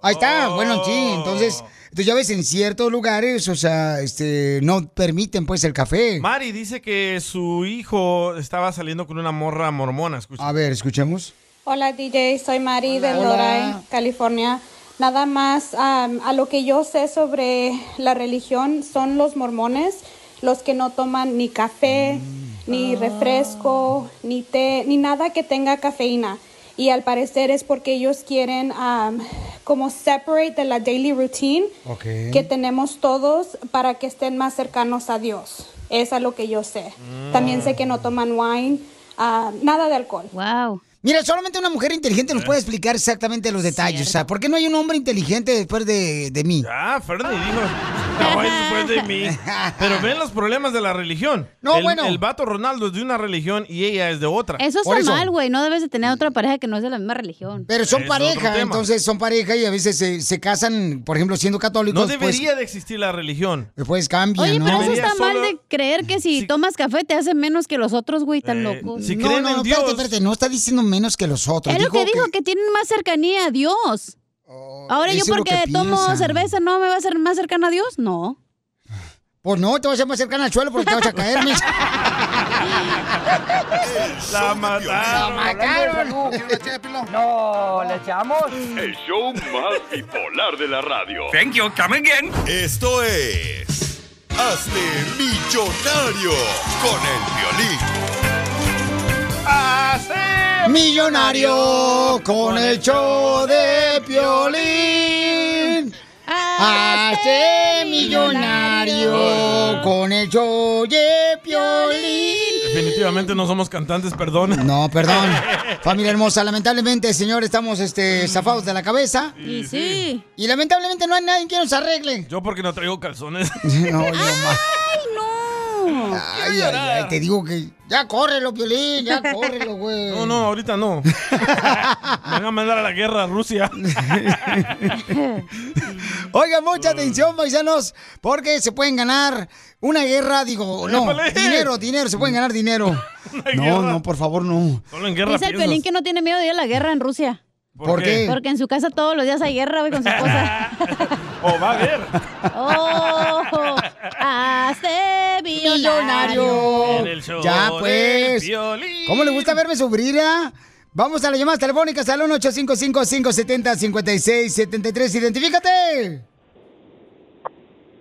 Ahí está, bueno, sí, Oh. entonces, entonces ya ves, en ciertos lugares, o sea, este, no permiten pues el café. Mari dice que su hijo estaba saliendo con una morra mormona. Escucha. A ver, escuchemos. Hola DJ, soy Mari de Hola. Loray, California. Nada más am, a lo que yo sé sobre la religión son los mormones, los que no toman ni café, Mm. ni Ah. refresco, ni té, ni nada que tenga cafeína. Y al parecer es porque ellos quieren am, como separate de la daily routine Ok. que tenemos todos para que estén más cercanos a Dios. Es a lo que yo sé. También sé que no toman wine, ah, nada de alcohol. Wow. Mira, solamente una mujer inteligente Eh. nos puede explicar exactamente los detalles. O sea, ¿por qué no hay un hombre inteligente después de, de mí? Ah, Fernie dijo. *laughs* "No, es después de mí. Pero ven los problemas de la religión. No, el, bueno. El vato Ronaldo es de una religión y ella es de otra. Eso está mal, güey. No debes de tener otra pareja que no es de la misma religión. Pero son Es otro pareja, tema. entonces son pareja y a veces se, se casan, por ejemplo, siendo católicos. No debería de existir la religión. Pues, pues cambia, Oye, ¿no? pero eso está mal de creer que si tomas café te hace menos que los otros, güey, Eh, tan locos. no, no, no, espérate, espérate, no está diciendo menos que los otros. Es lo que dijo, que... tienen más cercanía a Dios. Ahora yo eso es lo porque que tomo piensan. cerveza, ¿no me va a ser más cercana a Dios? No. Pues no, te vas a más cercana al suelo porque te vas a caer, *laughs* mis... La mataron. No, le echamos. El show más bipolar de la radio. Thank you, come again. Esto es. Hazte millonario con el violín. *laughs* Millonario con el show de Piolín. Ah, Hazte este millonario con el show de Piolín. Definitivamente no somos cantantes, perdón. No, *laughs* perdón. Familia hermosa, lamentablemente, señor, estamos este, zafados de la cabeza. Y sí. Y lamentablemente no hay *laughs* nadie que nos arregle. Yo porque no *laughs* traigo calzones. No, yo Ah, más. no. Ay, ay, ay, te digo que ya córrelo, Piolín, ya córrelo, güey. No, no, ahorita no. Me van a mandar a la guerra a Rusia. *laughs* Oiga, mucha atención, paisanos, porque se pueden ganar una guerra, digo, no, Épale. dinero, dinero, se pueden ganar dinero. No, guerra. no, por favor, no. Solo en Dice el pelín que no tiene miedo de ir a la guerra en Rusia. ¿Por ¿Por qué? qué? Porque en su casa todos los días hay guerra, güey, con su esposa. *laughs* O va a haber. ¡Oh! ¡Hace millonario! el show Ya de pues. Piolín. ¿Cómo le gusta verme sufrida? Vamos a las llamadas telefónicas al 1-855-570-5673. ¡Identifícate!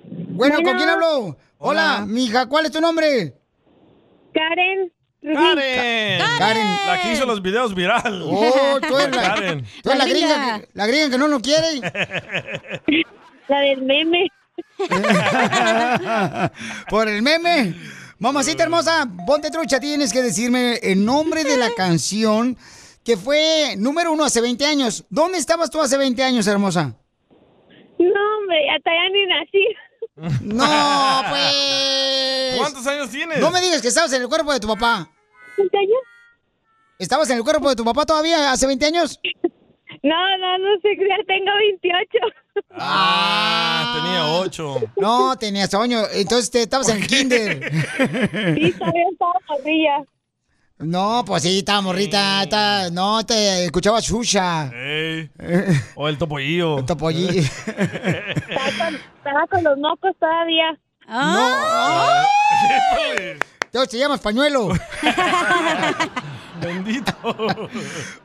Bueno, ¿con Bueno. quién hablo? Hola, Hola. mija, ¿cuál es tu nombre? Karen. Karen. *laughs* Karen. La que hizo los videos viral. Oh, tú eres la, Karen. tú eres la La gringa, gringa. que- la gringa que no nos quiere. *laughs* La del meme. *laughs* Por el meme. Mamacita hermosa, ponte trucha, tienes que decirme el nombre de *laughs* la canción que fue número uno hace 20 años. ¿Dónde estabas tú hace 20 años, hermosa? No, hombre, hasta ya ni nací. *laughs* No, pues. ¿Cuántos años tienes? No me digas que estabas en el cuerpo de tu papá. años? ¿Estabas en el cuerpo de tu papá todavía hace 20 años? *laughs* No, no, no sé, ya tengo 28. Ah, tenía ocho. No, tenías sueño. Entonces te estabas en el kinder. Sí, todavía estaba morrilla. No, pues sí, estaba morrita. estaba- no, te escuchaba Shusha. Ey. *laughs* O el topollillo. El topollillo. Estaba con los mocos todavía. Ah. Te te llamas pañuelo. Bendito.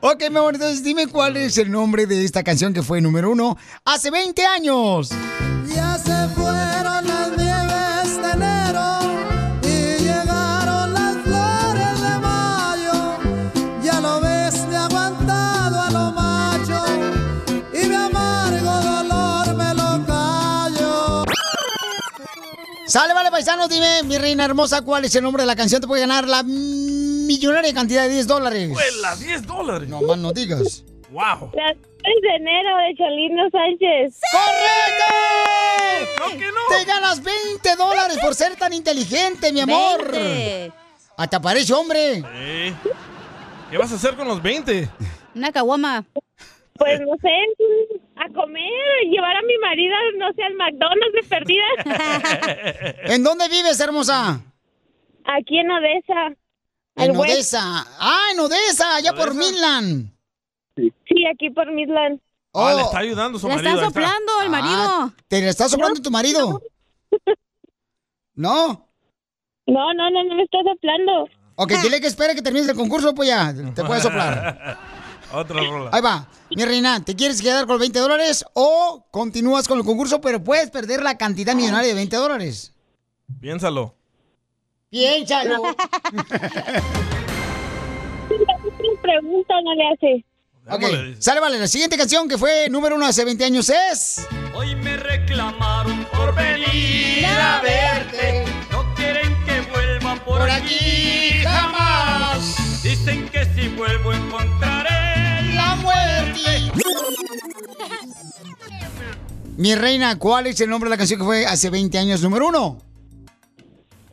ok, mi amor, entonces dime cuál es el nombre de esta canción que fue número uno hace 20 años. Ya se fueron las nieves de enero y llegaron las flores de mayo. Ya lo ves, me he aguantado a lo macho y mi amargo dolor me lo callo. Sale, vale, paisano, dime, mi reina hermosa, cuál es el nombre de la canción. Te puede ganar la millonaria cantidad de 10 dólares. Pues, Huela, 10 dólares. No más no digas. Wow. Las flores de enero de Cholino Sánchez. ¡Correcto! ¡No que no! Te ganas 20 dólares por ser tan inteligente, mi amor. 20. Hasta parece hombre. ¿Qué vas a hacer con *laughs* los 20? Una caguama. Pues no sé, a comer, a llevar a mi marido, no sé, al McDonald's de perdida. ¿En dónde vives, hermosa? Aquí en Odessa. En El West. Odessa. Ah, en Odessa, allá por Midland. Oh. Sí, aquí por Midland. Ah, le está ayudando su marido. ahí el marido. Ah, ¿Te le está soplando tu marido? ¿No? No, no, no, no me está soplando. Ok, dile que espere que termines el concurso, pues ya, te puede *laughs* soplar. Otra rola. Ahí va. Mi reina, ¿te quieres quedar con los 20 dólares o continúas con el concurso, pero puedes perder la cantidad millonaria de 20 dólares? Piénsalo. Piénsalo. pregunta no le hace. Ok, sale, vale. La siguiente canción que fue número uno hace 20 años es... Hoy me reclamaron por venir a a verte. No quieren que vuelva por, Por aquí aquí jamás. Dicen que si vuelvo encontraré la muerte. Mi reina, ¿cuál es el nombre de la canción que fue hace 20 años número uno?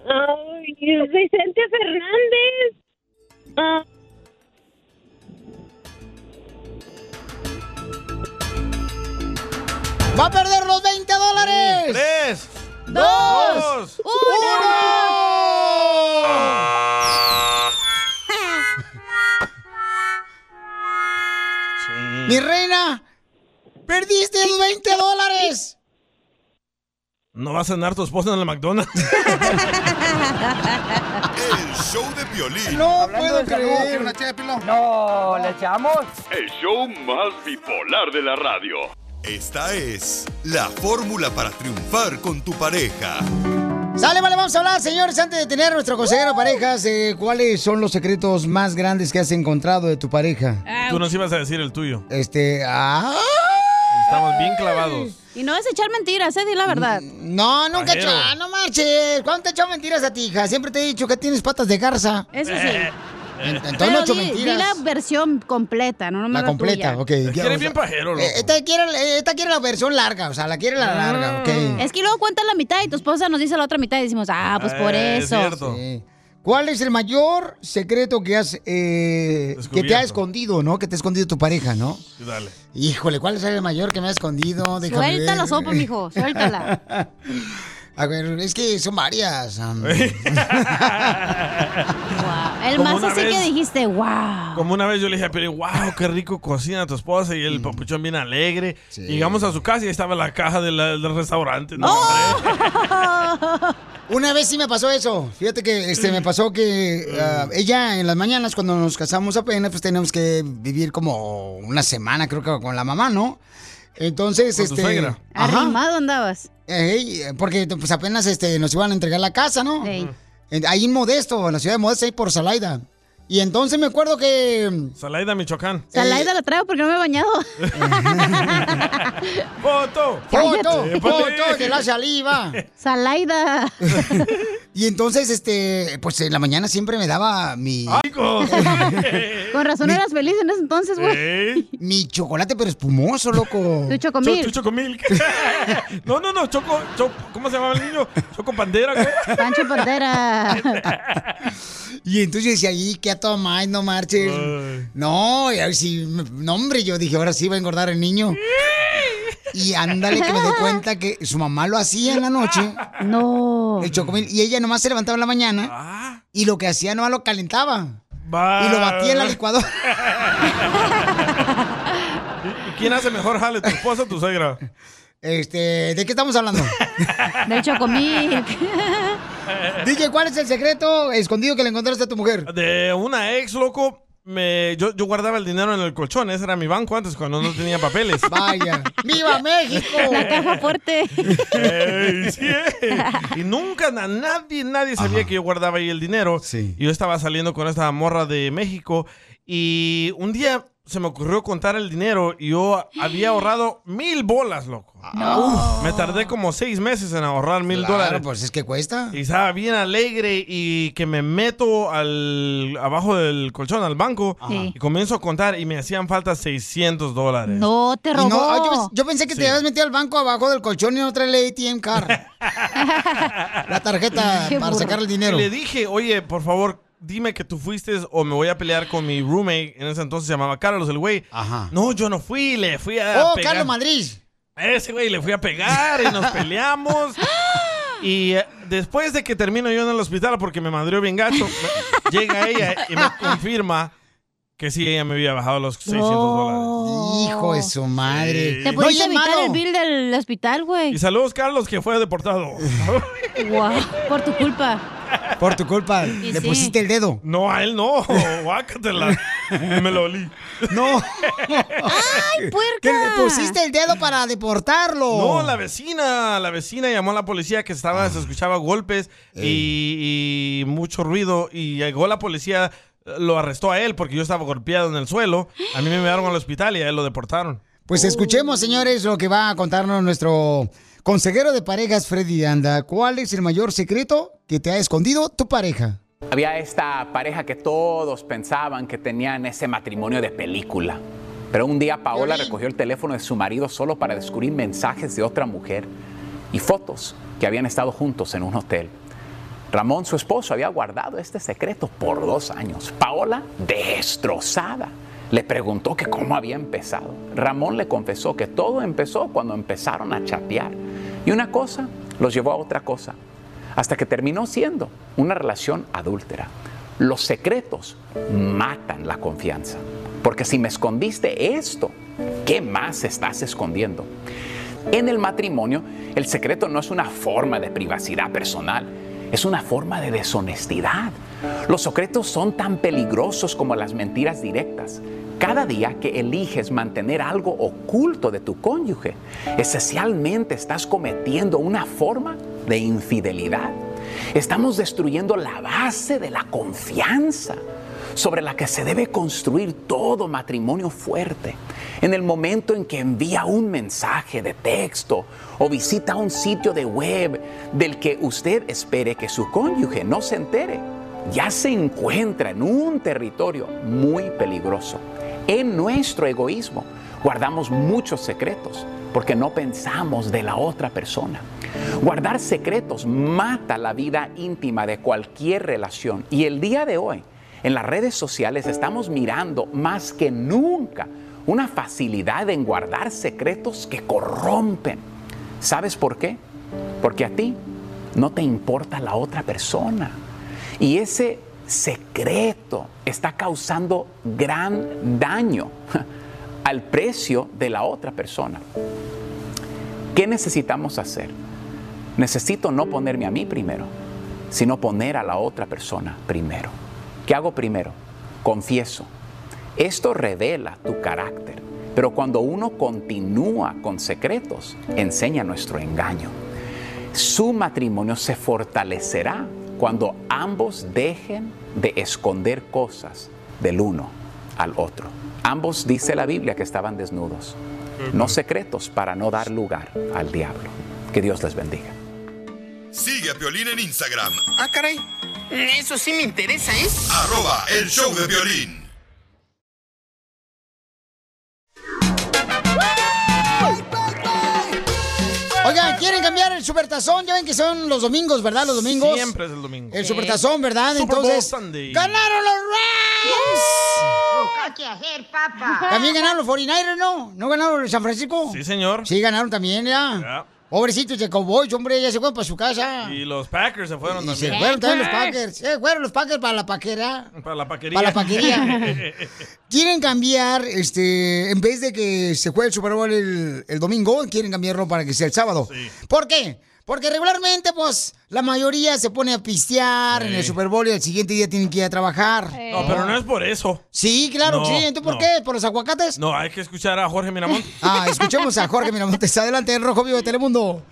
Ay, Vicente Fernández. Ah, ¡Va a perder los 20 dólares! ¡Tres! ¡Dos! dos, ¡Uno! Mi reina, perdiste los 20 dólares. ¿No va a cenar tu esposa en el McDonald's? El show de violín. No puedo creer. una No, ¿le echamos? El show más bipolar de la radio. Esta es la fórmula para triunfar con tu pareja. Sale, vale, vamos a hablar, señores, antes de tener a nuestro consejero de parejas, eh, ¿cuáles son los secretos más grandes que has encontrado de tu pareja? *laughs* Tú nos ibas a decir el tuyo. Este, ah, Estamos *laughs* bien clavados. Y no es echar mentiras, eh, di la verdad. No, nunca he hecho, ah, no marches. ¿Cuánto te he hecho mentiras a ti, hija? Siempre te he dicho que tienes patas de garza. Eso sí. Eh. Entonces no he Pero hecho di, di mentiras. la versión completa, no nomás La completa, tuya. ok. ya, o sea, eh, Esta quiere, esta quiere la versión larga, o sea, la quiere la larga, ok. Es que luego cuenta la mitad y tu esposa nos dice la otra mitad y decimos, ah, pues por Eh, es eso. cierto. ¿Cuál es el mayor secreto que has eh, que te ha escondido, no? Que te ha escondido tu pareja, ¿no? Sí, Dale. Híjole, ¿cuál es el mayor que me ha escondido? Déjame ver. Suelta la sopa, *laughs* mijo, suéltala. A ver, es que son varias. *laughs* am. El Como más una así vez. que dijiste, wow. Como una vez yo le dije a Piolín, wow, qué rico cocina tu esposa y Mm. el papuchón bien alegre. Llegamos a su casa y ahí estaba la caja de la- del restaurante. No, ¡Oh! Una vez sí me pasó eso. Fíjate que este me pasó que ah, ella en las mañanas cuando nos casamos apenas pues teníamos que vivir como una semana creo que con la mamá, ¿no? Entonces Con tu este suegra. Arrimado andabas. porque pues apenas este nos iban a entregar la casa, ¿no? En- Ahí en Modesto, en la ciudad de Modesto, ahí por Salaida. Y entonces me acuerdo que Salaida, Michoacán. Salaida la traigo porque no me he bañado. *laughs* ¡Foto! ¡Foto! *laughs* Cállate. ¡Foto de la saliva! *laughs* Salaida. *laughs* Y entonces, este, pues en la mañana siempre me daba mi. *laughs* Con razón eras feliz en ese entonces, güey. Mi chocolate, pero espumoso, loco. Tu chocomil. Cho- ¿Eh? tu *laughs* chocomil. no, no, no, Choco, Cho- ¿cómo se llamaba el niño? Choco Pandera, ¿qué? Pancho Pantera. *laughs* Y entonces yo decía, ahí, ¿qué a tomar? No marches. No, y ahí sí, no, hombre, yo dije, ahora sí va a engordar el *laughs* niño. Y ándale, que me doy cuenta que su mamá lo hacía en la noche. *laughs* No. El chocomil. Y ella nomás se levantaba en la Ah. mañana. Y lo que hacía nomás lo calentaba. Va. Y lo batía en la licuadora. ¿Y quién hace mejor jale, tu esposa o tu *laughs* suegra? *laughs* Este, ¿de qué estamos hablando? *laughs* Del *laughs* chocomil. DJ, ¿cuál es el secreto escondido que le encontraste a tu mujer? De una ex, loco, me, yo, yo guardaba el dinero en el colchón. Ese era mi banco antes, cuando no tenía papeles. Vaya. ¡Viva México! *laughs* La caja fuerte. Ey, *laughs* sí, ey. Y nunca na- nadie, nadie sabía que yo guardaba ahí el dinero. Y yo estaba saliendo con esta morra de México y un día se me ocurrió contar el dinero y yo había ahorrado mil bolas, loco. Uf, me tardé como seis meses en ahorrar mil Claro, dólares. pues es que cuesta. Y estaba bien alegre y que me meto al abajo del colchón, al banco, Sí. y comienzo a contar y me hacían falta 600 dólares. No, te Y robó. no, ay, yo, pens- yo pensé que Sí. te habías metido al banco abajo del colchón y no trae la ATM *laughs* card. la tarjeta Qué para burro. sacar el dinero. Y le dije, oye, por favor, dime que tú fuiste o me voy a pelear con mi roommate. En ese entonces se llamaba Carlos, el güey. No, yo no fui, le fui a ¡Oh, pegar. Carlos Madrid! A ese güey le fui a pegar y nos *laughs* peleamos. Y eh, después de que termino yo en el hospital porque me madrió bien gato, me- llega ella y me confirma que sí, ella me había bajado los 600 dólares. Hijo de su madre. Te pudiste evitar el bill del hospital, güey. Y saludos, Carlos, que fue deportado. Guau, por tu culpa. Por tu culpa, Y le sí. pusiste el dedo. No, a él no. *laughs* Guácatela. Me lo olí. No. ¡Ay, puerca! Que le pusiste el dedo para deportarlo. No, la vecina, la vecina llamó a la policía que estaba, se escuchaba golpes y, y mucho ruido y llegó la policía, lo arrestó a él porque yo estaba golpeado en el suelo, a mí me llevaron al hospital y a él lo deportaron. Pues Oh. escuchemos, señores, lo que va a contarnos nuestro consejero de parejas, Freddy Anda. ¿Cuál es el mayor secreto que te ha escondido tu pareja? Había esta pareja que todos pensaban que tenían ese matrimonio de película. Pero un día Paola recogió el teléfono de su marido solo para descubrir mensajes de otra mujer y fotos que habían estado juntos en un hotel. Ramón, su esposo, había guardado este secreto por dos años. Paola, destrozada, le preguntó que cómo había empezado. Ramón le confesó que todo empezó cuando empezaron a chatear. Y una cosa los llevó a otra cosa, hasta que terminó siendo una relación adúltera. Los secretos matan la confianza, porque si me escondiste esto, ¿qué más estás escondiendo? En el matrimonio, el secreto no es una forma de privacidad personal, es una forma de deshonestidad. Los secretos son tan peligrosos como las mentiras directas. Cada día que eliges mantener algo oculto de tu cónyuge, esencialmente estás cometiendo una forma de infidelidad. Estamos destruyendo la base de la confianza sobre la que se debe construir todo matrimonio fuerte. En el momento en que envía un mensaje de texto o visita un sitio de web del que usted espere que su cónyuge no se entere, ya se encuentra en un territorio muy peligroso. En nuestro egoísmo guardamos muchos secretos porque no pensamos de la otra persona. Guardar secretos mata la vida íntima de cualquier relación y el día de hoy en las redes sociales estamos mirando más que nunca una facilidad en guardar secretos que corrompen. ¿Sabes por qué? Porque a ti no te importa la otra persona. Y ese secreto está causando gran daño *laughs* al precio de la otra persona. ¿Qué necesitamos hacer? Necesito no ponerme a mí primero, sino poner a la otra persona primero. ¿Qué hago primero? Confieso. Esto revela tu carácter, pero cuando uno continúa con secretos, enseña nuestro engaño. Su matrimonio se fortalecerá cuando ambos dejen de esconder cosas del uno al otro. Ambos, dice la Biblia, que estaban desnudos. No secretos para no dar lugar al diablo. Que Dios les bendiga. Sigue a Piolín en Instagram, Ah, caray. Eso sí me interesa, ¿eh? arroba el show de violín. Oigan, ¿quieren cambiar el supertazón? Ya ven que son los domingos, ¿verdad? Los domingos. Siempre es el domingo. El supertazón, ¿verdad? Super Bowl Entonces, Sunday. ganaron los Rams. ¿Qué hacer, papá? También ganaron los 49ers, ¿no? ¿No ganaron los San Francisco? Sí, señor. Sí, ganaron también, ya. Ya. Pobrecitos de Cowboys, hombre, ya se fueron para su casa. Y los Packers se fueron Y se también. fueron también los Pues. Packers. Se fueron los Packers para la *laughs* paquera. Para la paquería. Para la paquería. Quieren cambiar, este, en vez de que se juegue el Super Bowl el, el domingo, quieren cambiarlo para que sea el sábado. ¿Por qué? Porque regularmente, pues, la mayoría se pone a pistear en el Super Bowl y el siguiente día tienen que ir a trabajar. *laughs* no, pero no es por eso. Sí, claro, No, sí. ¿Entonces por no. qué? ¿Por los aguacates? No, hay que escuchar a Jorge Miramont. Ah, escuchemos a Jorge Miramontes. Adelante, el Rojo Vivo de Telemundo.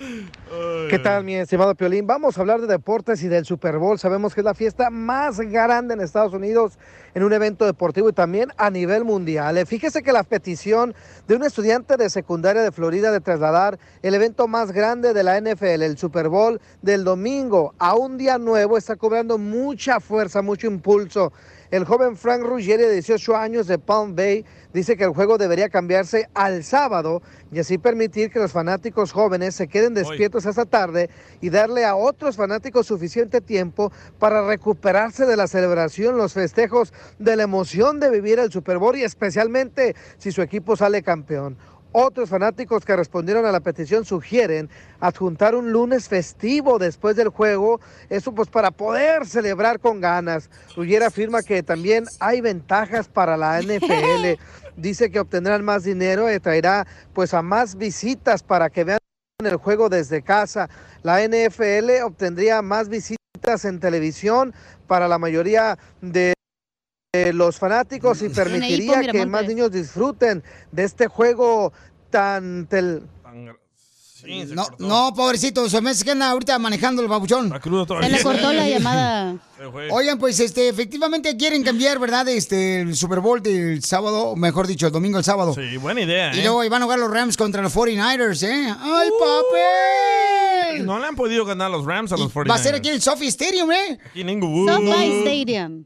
¿Qué tal, mi estimado Piolín? Vamos a hablar de deportes y del Super Bowl. Sabemos que es la fiesta más grande en Estados Unidos en un evento deportivo y también a nivel mundial. Eh, Fíjese que la petición de un estudiante de secundaria de Florida de trasladar el evento más grande de la NFL, el Super Bowl del domingo, domingo, a un día nuevo, está cobrando mucha fuerza, mucho impulso. El joven Frank Ruggeri, de 18 años de Palm Bay, dice que el juego debería cambiarse al sábado y así permitir que los fanáticos jóvenes se queden despiertos hasta tarde y darle a otros fanáticos suficiente tiempo para recuperarse de la celebración, los festejos, de la emoción de vivir el Super Bowl y especialmente si su equipo sale campeón. Otros fanáticos que respondieron a la petición sugieren adjuntar un lunes festivo después del juego, eso pues para poder celebrar con ganas. Ruyer afirma que también hay ventajas para la NFL. Dice que obtendrán más dinero y traerá pues a más visitas para que vean el juego desde casa. La NFL obtendría más visitas en televisión para la mayoría de eh, los fanáticos y permitiría que Miramontes. más niños disfruten de este juego tan tel- No, no, pobrecito, se me hace que anda ahorita manejando el babuchón. Se le cortó *laughs* la llamada. Oigan, pues este, efectivamente quieren cambiar, ¿verdad? Este, el Super Bowl del sábado, mejor dicho, el domingo al sábado. Sí, *laughs* buena idea, Y ¿eh? Uh, luego ahí van a jugar los Rams contra los 49ers, ¿eh? ¡Ay, papel! No le han podido ganar los Rams a los 49ers. Va a ser aquí en el Sofi Stadium, ¿eh? Aquí en Inglewood. Uh. Stadium.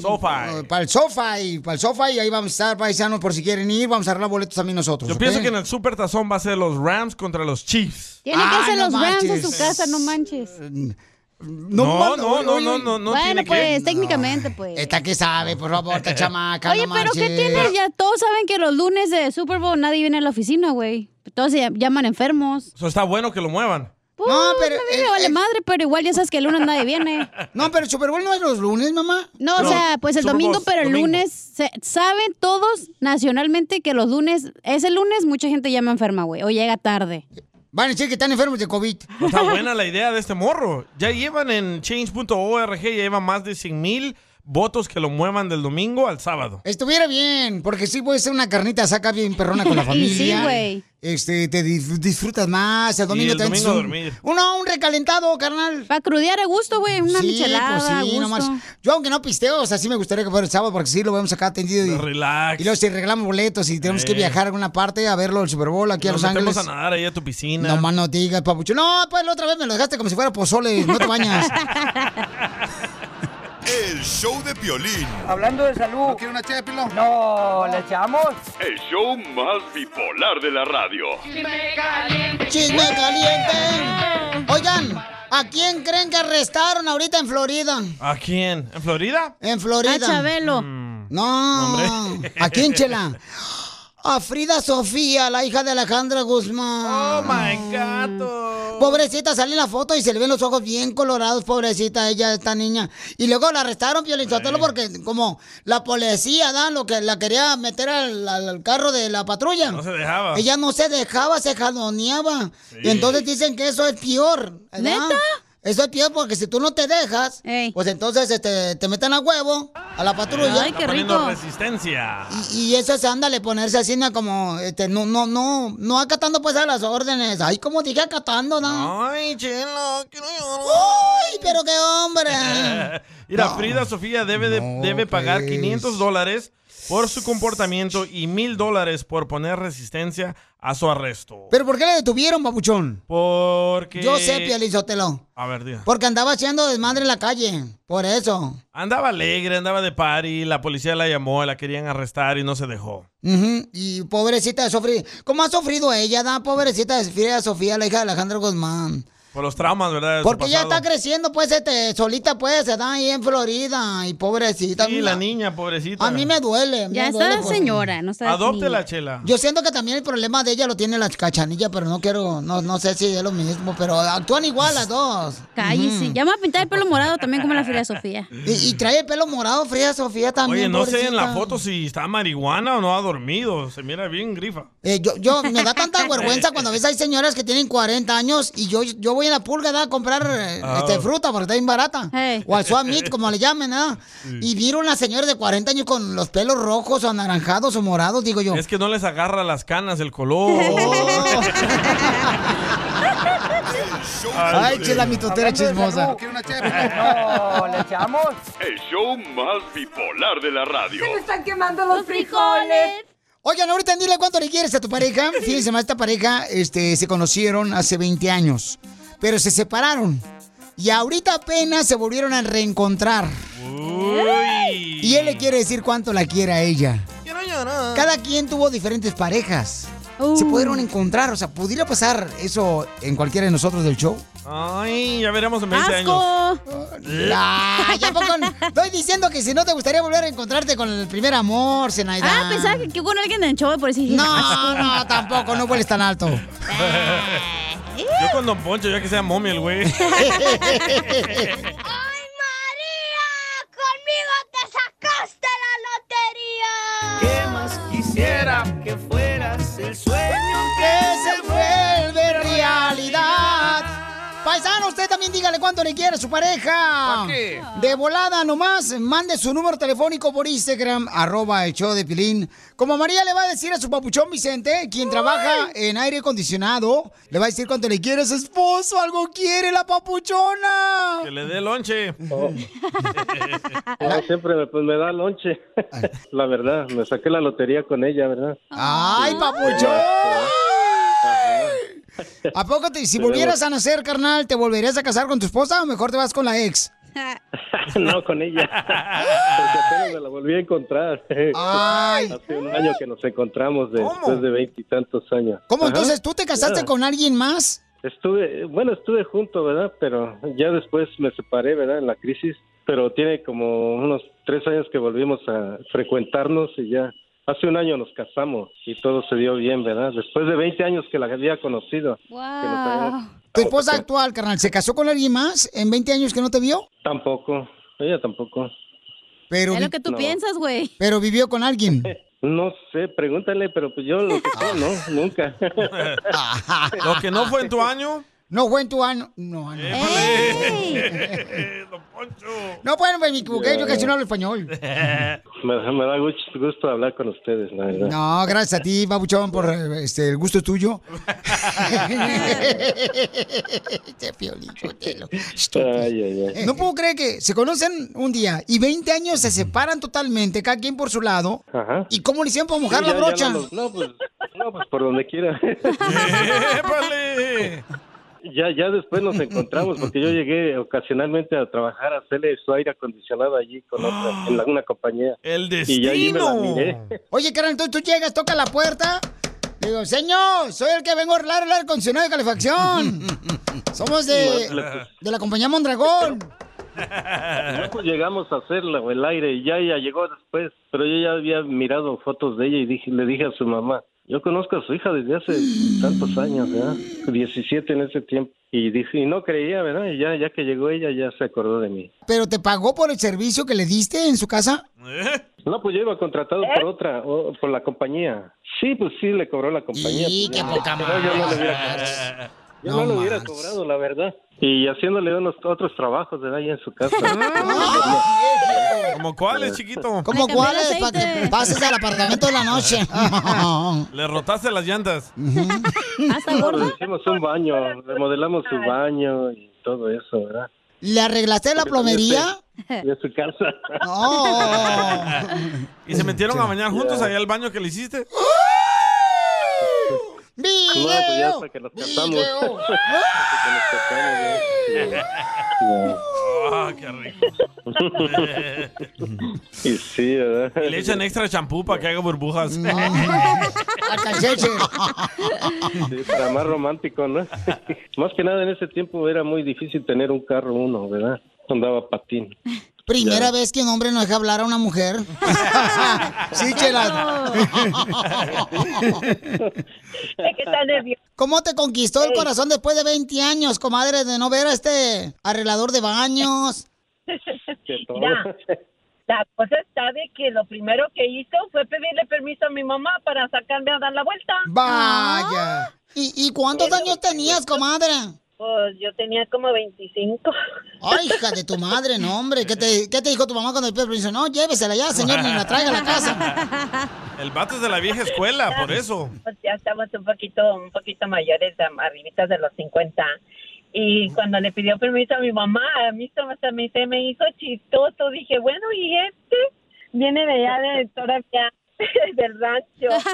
SoFi. Para el SoFi, para el SoFi, eh, y ahí vamos a estar paisanos por si quieren ir, vamos a arreglar boletos también nosotros. Yo ¿ok? pienso que en el Super Tazón va a ser los Rams contra los Chiefs. Tiene que Ay, ser Ah, no los Rams en su manches. casa, no manches. Mm, No, no, no, no, no, no, bueno, tiene pues, que... técnicamente, pues. Esta que sabe, por favor, *laughs* esta chamaca. Oye, no pero ¿qué marches. tienes? Ya todos saben que los lunes de Super Bowl nadie viene a la oficina, güey. Todos se llaman enfermos. Eso está bueno que lo muevan. no, pero. A mí me vale madre, pero igual ya sabes que el lunes nadie viene. No, pero el Super Bowl no es los lunes, mamá. No, o No, sea, pues el Super Bowl domingo, es pero el domingo. lunes. se- saben todos nacionalmente que los lunes, ese lunes, mucha gente llama enferma, güey, o llega tarde. Van a decir que están enfermos de COVID. No está buena la idea de este morro. Ya llevan en change.org, ya llevan más de 100 mil votos que lo muevan del domingo al sábado. Estuviera bien, porque sí puede ser una carnita saca bien perrona con *laughs* la Y familia. sí, güey. Este, te dis- disfrutas más, el domingo el te haces domingo un- dormir. Uno, un recalentado, carnal. Para crudear a gusto, güey, una Sí, michelada pues sí, a gusto. no más. Yo aunque no pisteo, o sea, sí me gustaría que fuera el sábado porque sí lo vemos acá atendido. Y, Relax. y luego si arreglamos boletos y tenemos Eh. que viajar a alguna parte a verlo el Super Bowl aquí a Nos Los metemos Ángeles. a nadar ahí a tu piscina. No más no digas, papucho. No, pues la otra vez me lo dejaste como si fuera pozole, no *laughs* te bañas. El show de Piolín. Hablando de salud. ¿No quiere una ché de pilón? No, ¿le echamos? El show más bipolar de la radio. Chisme caliente. Oigan, ¿a quién creen que arrestaron ahorita en Florida? ¿A quién? ¿En Florida? En Florida. A Chabelo. No. hombre. ¿A quién, Chela? A Frida Sofía, la hija de Alejandra Guzmán. Oh my oh. gato. Pobrecita, sale en la foto y se le ven los ojos bien colorados, pobrecita ella, esta niña. Y luego la arrestaron, Piolín Sotelo, porque como la policía, ¿da? Lo que la quería meter al, al- al carro de la patrulla. No se dejaba. *laughs* Ella no se dejaba, se jaloneaba. Sí. Y entonces dicen que eso es peor. ¿verdad? ¿Neta? Eso es peor porque si tú no te dejas, pues entonces este, te meten a huevo a la patrulla. Está poniendo resistencia. Y eso es, ándale, ponerse así ¿no? como, este, no, no, no, no acatando pues a las órdenes. Ay, como dije acatando, ¿no? Ay, chelo, que no Uy, pero qué hombre. *laughs* Mira, Frida Sofía debe, de- debe pagar pues. 500 dólares por su comportamiento y 1000 dólares por poner resistencia a su arresto. ¿Pero por qué le detuvieron, papuchón? Porque... Yo sé, Pielizotelo. A ver, diga. Porque andaba haciendo desmadre en la calle. Por eso. Andaba alegre, andaba de party, la policía la llamó, la querían arrestar y no se dejó. Ujú, Y pobrecita de sufrir. ¿Cómo ha sufrido ella, da? Pobrecita de Frida Sofía, la hija de Alejandro Guzmán. Por los traumas, ¿verdad? de su Porque ella pasado. está creciendo, pues, este, solita, pues, se da ahí en Florida. Y pobrecita. Sí, la niña, pobrecita. A mí me duele. me Ya está duele, por- señora, no está Adóptela, chela. Yo siento que también el problema de ella lo tiene la cachanilla, pero no quiero, no, no sé si es lo mismo, pero actúan igual las dos. Cállese. Ujú. Ya me va a pintar el pelo morado también como la Frida Sofía. Y, y trae el pelo morado, Frida Sofía también. Oye, no sé pobrecita. en la foto si está marihuana o no ha dormido. Se mira bien grifa. Eh, yo, yo, me da tanta vergüenza cuando ves hay señoras que tienen 40 años y yo, yo voy a la pulga ¿da? a comprar eh, Ah. este, fruta porque está bien barata. O al swap meet, como le llamen, ¿ah? Sí. Y vieron una señora de 40 años con los pelos rojos o anaranjados o morados, digo yo. Es que no les agarra las canas el color. *laughs* Ay, chela, mi totera Hablando de chismosa. salud. ¿Quiere una ché de pilón? No, ¿le echamos? El show más bipolar de la radio. están quemando los frijoles. Oigan, ahorita dile cuánto le quieres a tu *laughs* pareja. Fíjense más, esta pareja este, se conocieron hace 20 años, pero se separaron. Y ahorita apenas se volvieron a reencontrar. Y él le quiere decir cuánto la quiere a ella. Cada quien tuvo diferentes parejas. Se pudieron encontrar, o sea, ¿pudiera pasar eso en cualquiera de nosotros del show? Ay, ya veremos en 20 años. La- ya poco- Estoy diciendo que si no te gustaría volver a encontrarte con el primer amor, Zenaida. Ah, pensaba que, que con alguien del show, por eso dije, No, asco. no, tampoco, no hueles tan alto. *laughs* Yo con Don Poncho, ya que sea momia el *laughs* güey. ¡Conmigo te sacaste la lotería! ¿Qué más quisiera que fueras el *laughs* sueño que se vuelve realidad. Paisano, usted también dígale cuánto le quiere a su pareja. ¿Pa qué? De volada nomás, mande su número telefónico por Instagram, arroba el show de Pilín. Como María le va a decir a su papuchón Vicente, quien trabaja en aire acondicionado, le va a decir cuánto le quiere a su esposo, algo quiere la papuchona. Que le dé lonche. Oh. Ah, No, siempre pues, me da lonche. *laughs* La verdad, me saqué la lotería con ella, ¿verdad? ¡Ay, papuchón! ¿A poco te- si volvieras a nacer, carnal, te volverías a casar con tu esposa o mejor te vas con la ex? *laughs* no, *laughs* con ella. Porque apenas me la volví a encontrar. Ay. Hace un año que nos encontramos de- después de veintitantos años. ¿Cómo Ajá. entonces tú te casaste Ya. con alguien más? Estuve, bueno, estuve junto, ¿verdad? Pero ya después me separé, ¿verdad? En la crisis. Pero tiene como unos tres años que volvimos a frecuentarnos y ya. Hace un año nos casamos y todo se dio bien, ¿verdad? Después de 20 años que la había conocido. Ah. ¿Tu esposa actual, carnal, se casó con alguien más en 20 años que no te vio? Tampoco, ella tampoco. Pero Es lo que tú No. piensas, güey. Pero vivió con *laughs* alguien. No sé, pregúntale, pero pues yo lo que *laughs* sé, no, *laughs* nunca. Lo que no fue en tu año. Eh, No fue en tu año. No, no. No, bueno, pues me equivoqué, yo casi no hablo español. me, me da gusto, gusto hablar con ustedes, la verdad. No, gracias a ti, babuchón, por eh, este, el gusto es tuyo. Este Piolín Sotelo. Ay, ay, ay. No puedo creer que se conocen un día y 20 años se separan totalmente, cada quien por su lado. Ajá. ¿Y cómo le hicieron para mojar Sí, la ya- ya brocha? no los- no, pues, no, pues, por *laughs* donde quiera. ya, ya después nos encontramos, porque yo llegué ocasionalmente a trabajar a hacerle su aire acondicionado allí con otra, en la- una compañía. El Y ya allí me la destino. miré. Oye, carnal, entonces tú llegas, toca la puerta. Digo, señor, soy el que vengo a arreglar el aire acondicionado de calefacción. Somos de, de la compañía Mondragón. No, pues llegamos a hacerla, o el aire, y ya ella llegó después, pero yo ya había mirado fotos de ella y dije, le dije a su mamá, yo conozco a su hija desde hace tantos años, ¿verdad? 17 en ese tiempo, y dije, y no creía, ¿verdad? Y ya, ya que llegó ella, ya se acordó de mí. ¿Pero te pagó por el servicio que le diste en su casa? ¿Eh? No, pues yo iba contratado ¿Eh? por otra, o- por la compañía. Sí, pues sí, le cobró la compañía. Y qué No, poca yo no le hubiera madre. Yo no, lo hubiera cobrado, la verdad. Y haciéndole unos otros trabajos, ¿verdad? Ahí en *laughs* su casa. ¿Como cuáles, chiquito? ¿Cómo cuáles? Para que pases al apartamento de la noche. Le rotaste las llantas. ¿Hasta gordo? Hicimos un baño, remodelamos su baño y todo eso, ¿verdad? ¿Le arreglaste la plomería? De su casa. *laughs* Oh. No. ¿Y se metieron a bañar juntos allá al baño que le hiciste? No, pues ya ¡Video! hasta que nos *laughs* casamos. *laughs* Video. Hasta que nos casamos, ya. Ah, qué rico. Sí. Y sí, ¿verdad? Y le echan extra champú para que haga burbujas. Alcancete. Sí, para más romántico, ¿no? *laughs* más que nada en ese tiempo era muy difícil tener un carro uno, ¿verdad? Andaba patín. Primera Ya. vez que un hombre no deja hablar a una mujer. *laughs* sí, chela. ¿Cómo te conquistó el corazón después de 20 años, comadre, de no ver a este arreglador de baños? *laughs* Mira, la cosa está de que lo primero que hizo fue pedirle permiso a mi mamá para sacarme a dar la vuelta. Ah. Vaya. ¿Y, y cuántos Pero- años tenías, comadre? Pues yo tenía como 25. *laughs* Ay, hija de tu madre, no, hombre. ¿Qué te, qué te dijo tu mamá cuando el perro dice, no, llévesela ya, señor, ni la traiga a la casa? El vato es de la vieja escuela, por *laughs* eso. Pues ya estamos un poquito, un poquito mayores, am- arribitas de los 50. Y cuando le pidió permiso a mi mamá, a mí se me- se me, se me hizo chistoso. Dije, bueno, *laughs* ¿y este? Viene de allá de, todavía del rancho.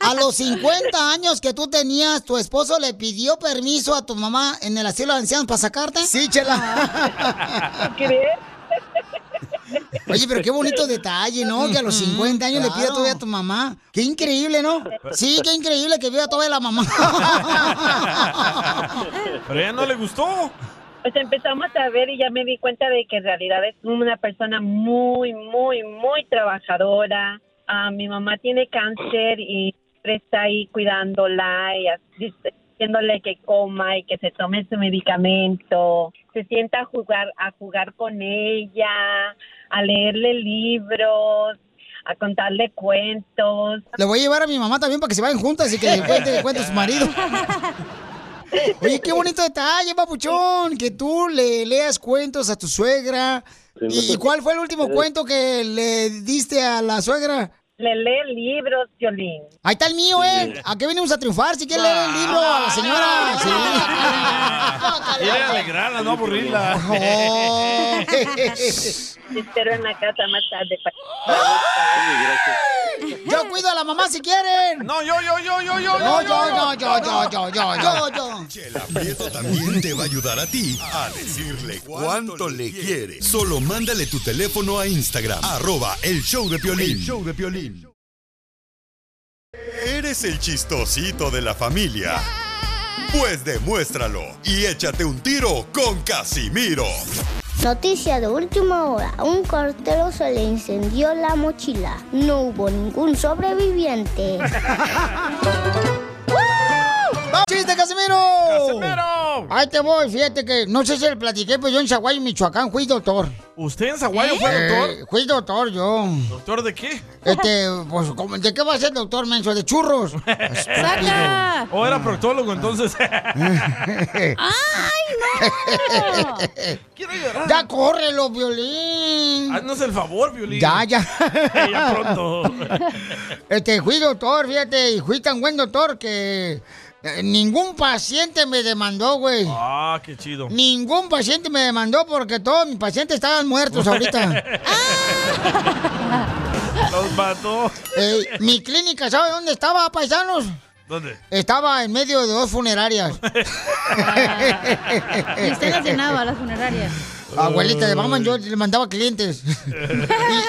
A los 50 años que tú tenías, tu esposo le pidió permiso a tu mamá en el asilo de ancianos para sacarte? Sí, chela. Oye, pero qué bonito detalle, ¿no? Que a los 50 años le pida claro. todavía a tu mamá. Qué increíble, ¿no? Sí, qué increíble que viva todavía la mamá. Pero ella no le gustó. Pues empezamos a ver y ya me di cuenta de que en realidad es una persona muy, muy, muy trabajadora. Ah, mi mamá tiene cáncer y siempre está ahí cuidándola y así- diciéndole que coma y que se tome su medicamento. Se sienta a jugar, a jugar con ella, a leerle libros, a contarle cuentos. Le voy a llevar a mi mamá también para que se vayan juntas y que le cuente, le cuente a su marido. Oye, qué bonito detalle, papuchón, que tú le leas cuentos a tu suegra. ¿Y, y cuál fue el último cuento que le diste a la suegra? Le lee libros, Violín. Ahí está el mío, ¿eh? ¿A qué venimos a triunfar? Si quiere leer el libro a la señora. Sí. Quiere alegrarla, no aburrirla. *laughs* Te espero en la casa más tarde. Yo cuido a la mamá si quieren. No, yo, yo, yo, yo, yo. No, yo, yo, yo, yo, yo, yo, yo, yo. Chela Prieto también te va a ayudar a ti a decirle cuánto le quiere. Solo mándale tu teléfono a Instagram, arroba el show de Piolín. El show de Piolín. ¿Eres el chistosito de la familia? Pues demuéstralo y échate un tiro con Casimiro. Noticia de última hora. A un cartero se le incendió la mochila. No hubo ningún sobreviviente. ¡Vamos! ¡Chiste, Casimiro! ¡Casimiro! Ahí te voy, fíjate que no sé si le platiqué, pero yo en Zaguayo, Michoacán, fui doctor. ¿Usted en Zaguayo fue doctor? fui doctor yo. ¿Doctor de qué? Este, pues, ¿cómo- ¿de qué va a ser doctor, menso? ¿De churros? ¡Saca! O era proctólogo, *laughs* entonces. ¡Ay, no! Quiero llorar. Ya córrelo, violín. Haznos Ah, el favor, Violín. Ya, ya. ya pronto. *laughs* Este, fui doctor, fíjate, y fui tan buen doctor que eh, ningún paciente me demandó, güey. Ah, qué chido. Ningún paciente me demandó porque todos mis pacientes estaban muertos *laughs* ahorita. Los mató. Eh, mi clínica, ¿sabe dónde estaba, paisanos? ¿Dónde? Estaba en medio de dos *laughs* funerarias. Y usted las llenaba, las funerarias. Oh, Abuelita de mamá, eh, yo le mandaba *laughs* clientes.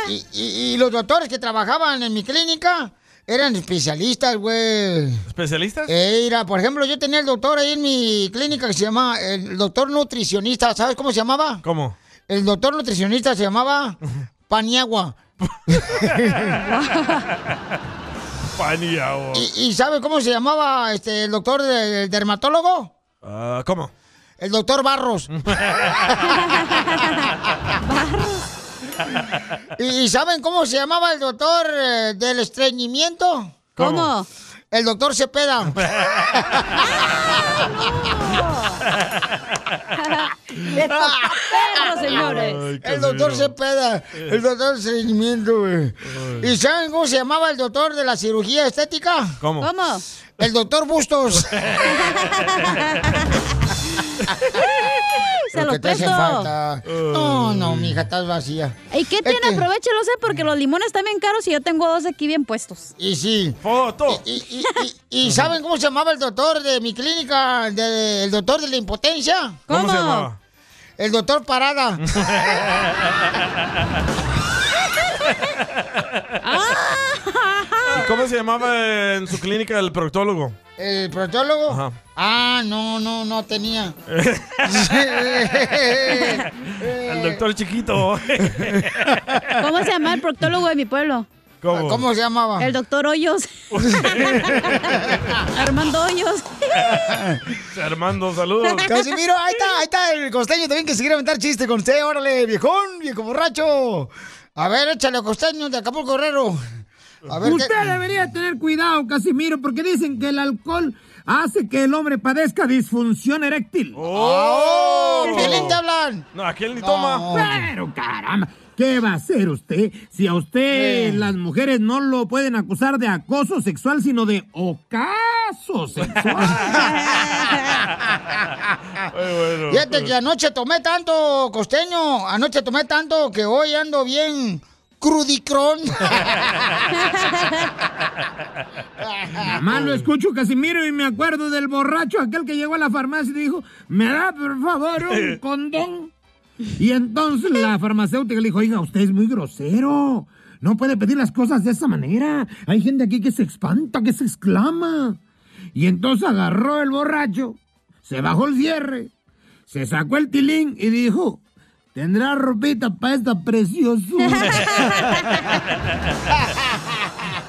y, y- y- y los doctores que trabajaban en mi clínica eran especialistas, güey. ¿Especialistas? Eh, mira, por ejemplo, yo tenía el doctor ahí en mi clínica que se llama el doctor nutricionista. ¿Sabes cómo se llamaba? ¿Cómo? El doctor nutricionista se *laughs* llamaba Paniagua. Pan y agua. ¿Y, y sabe cómo se llamaba este, el doctor del dermatólogo? Ah, ¿Cómo? El doctor Barros. ¿Y, y saben cómo se llamaba el doctor eh, del estreñimiento? ¿Cómo? El *laughs* doctor Cepeda. señores. el doctor Cepeda. El doctor del estreñimiento, güey. ¿Y saben cómo se llamaba el doctor de la cirugía estética? ¿Cómo? ¿Cómo? El doctor Bustos. *laughs* Se lo que te hace presto. falta. No, no, mija, estás vacía. ¿Y qué tiene? Este- Aprovechelo, sé, porque los limones están bien caros y yo tengo dos aquí bien puestos. Y sí. ¡Foto! ¿Y, y- y- y saben cómo se llamaba el doctor de mi clínica? de- el doctor de la impotencia. ¿Cómo se llamaba? El doctor *laughs* Parada. ¿Y cómo se llamaba eh, en su clínica el proctólogo? ¿El protólogo? Ajá. Ah, no, no, no *laughs* tenía. El doctor chiquito. ¿Cómo se llama el proctólogo de mi pueblo? ¿Cómo? ¿Cómo se llamaba? El doctor *laughs* Hoyos. Armando Hoyos. Armando, saludos. Casimiro, ahí está, ahí está el costeño también que se quiere aventar chiste con usted. Órale, viejón, viejo borracho. A ver, échale costeño de Acapulco Herrero. A ver, Usted ¿qué- debería tener cuidado, Casimiro, porque dicen que el alcohol hace que el hombre padezca disfunción eréctil. ¡Oh! Piolín te hablan! No, aquel ni toma. Pero caramba, ¿qué va a hacer usted si a usted Eh. Bien. las mujeres no lo pueden acusar de acoso sexual, sino de ocaso sexual? Fíjate que anoche tomé tanto, costeño, anoche tomé tanto que hoy ando bien crudicrón. Mamá, lo escucho Casimiro y me acuerdo del borracho aquel que llegó a la farmacia y dijo, me da por favor un condón. Y entonces la farmacéutica le dijo, oiga, usted es muy grosero. No puede pedir las cosas de esa manera. Hay gente aquí que se espanta, que se exclama. Y entonces agarró el borracho, se bajó el cierre, se sacó el tilín y dijo, tendrá ropita para esta preciosura. *laughs*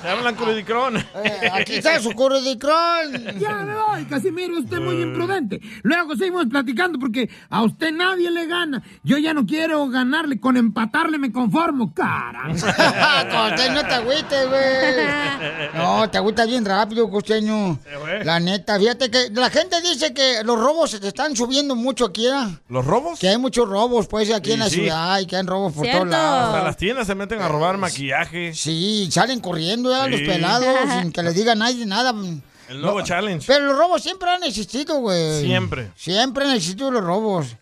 Te hablan crudicrón. Eh, aquí está su crudicrón. Ya me voy, Casimiro, usted es muy imprudente. Luego seguimos platicando porque a usted nadie le gana. Yo ya no quiero ganarle, con empatarle me conformo, *laughs* caramba. Costeño, no te agüites, güey. No, te agüitas bien rápido, costeño. fue. La neta, fíjate que la gente dice que los robos se te están subiendo mucho aquí, ¿eh? ¿Los robos? Que hay muchos robos, pues, aquí Sí, en la sí. ciudad y que hay robos por todos Hasta lados. las tiendas se meten a robar maquillaje. Sí, salen corriendo ya los Sí. *laughs* pelados sin que les diga nadie nada. El nuevo challenge. Pero los robos siempre han existido, güey. Siempre. Siempre han existido los robos.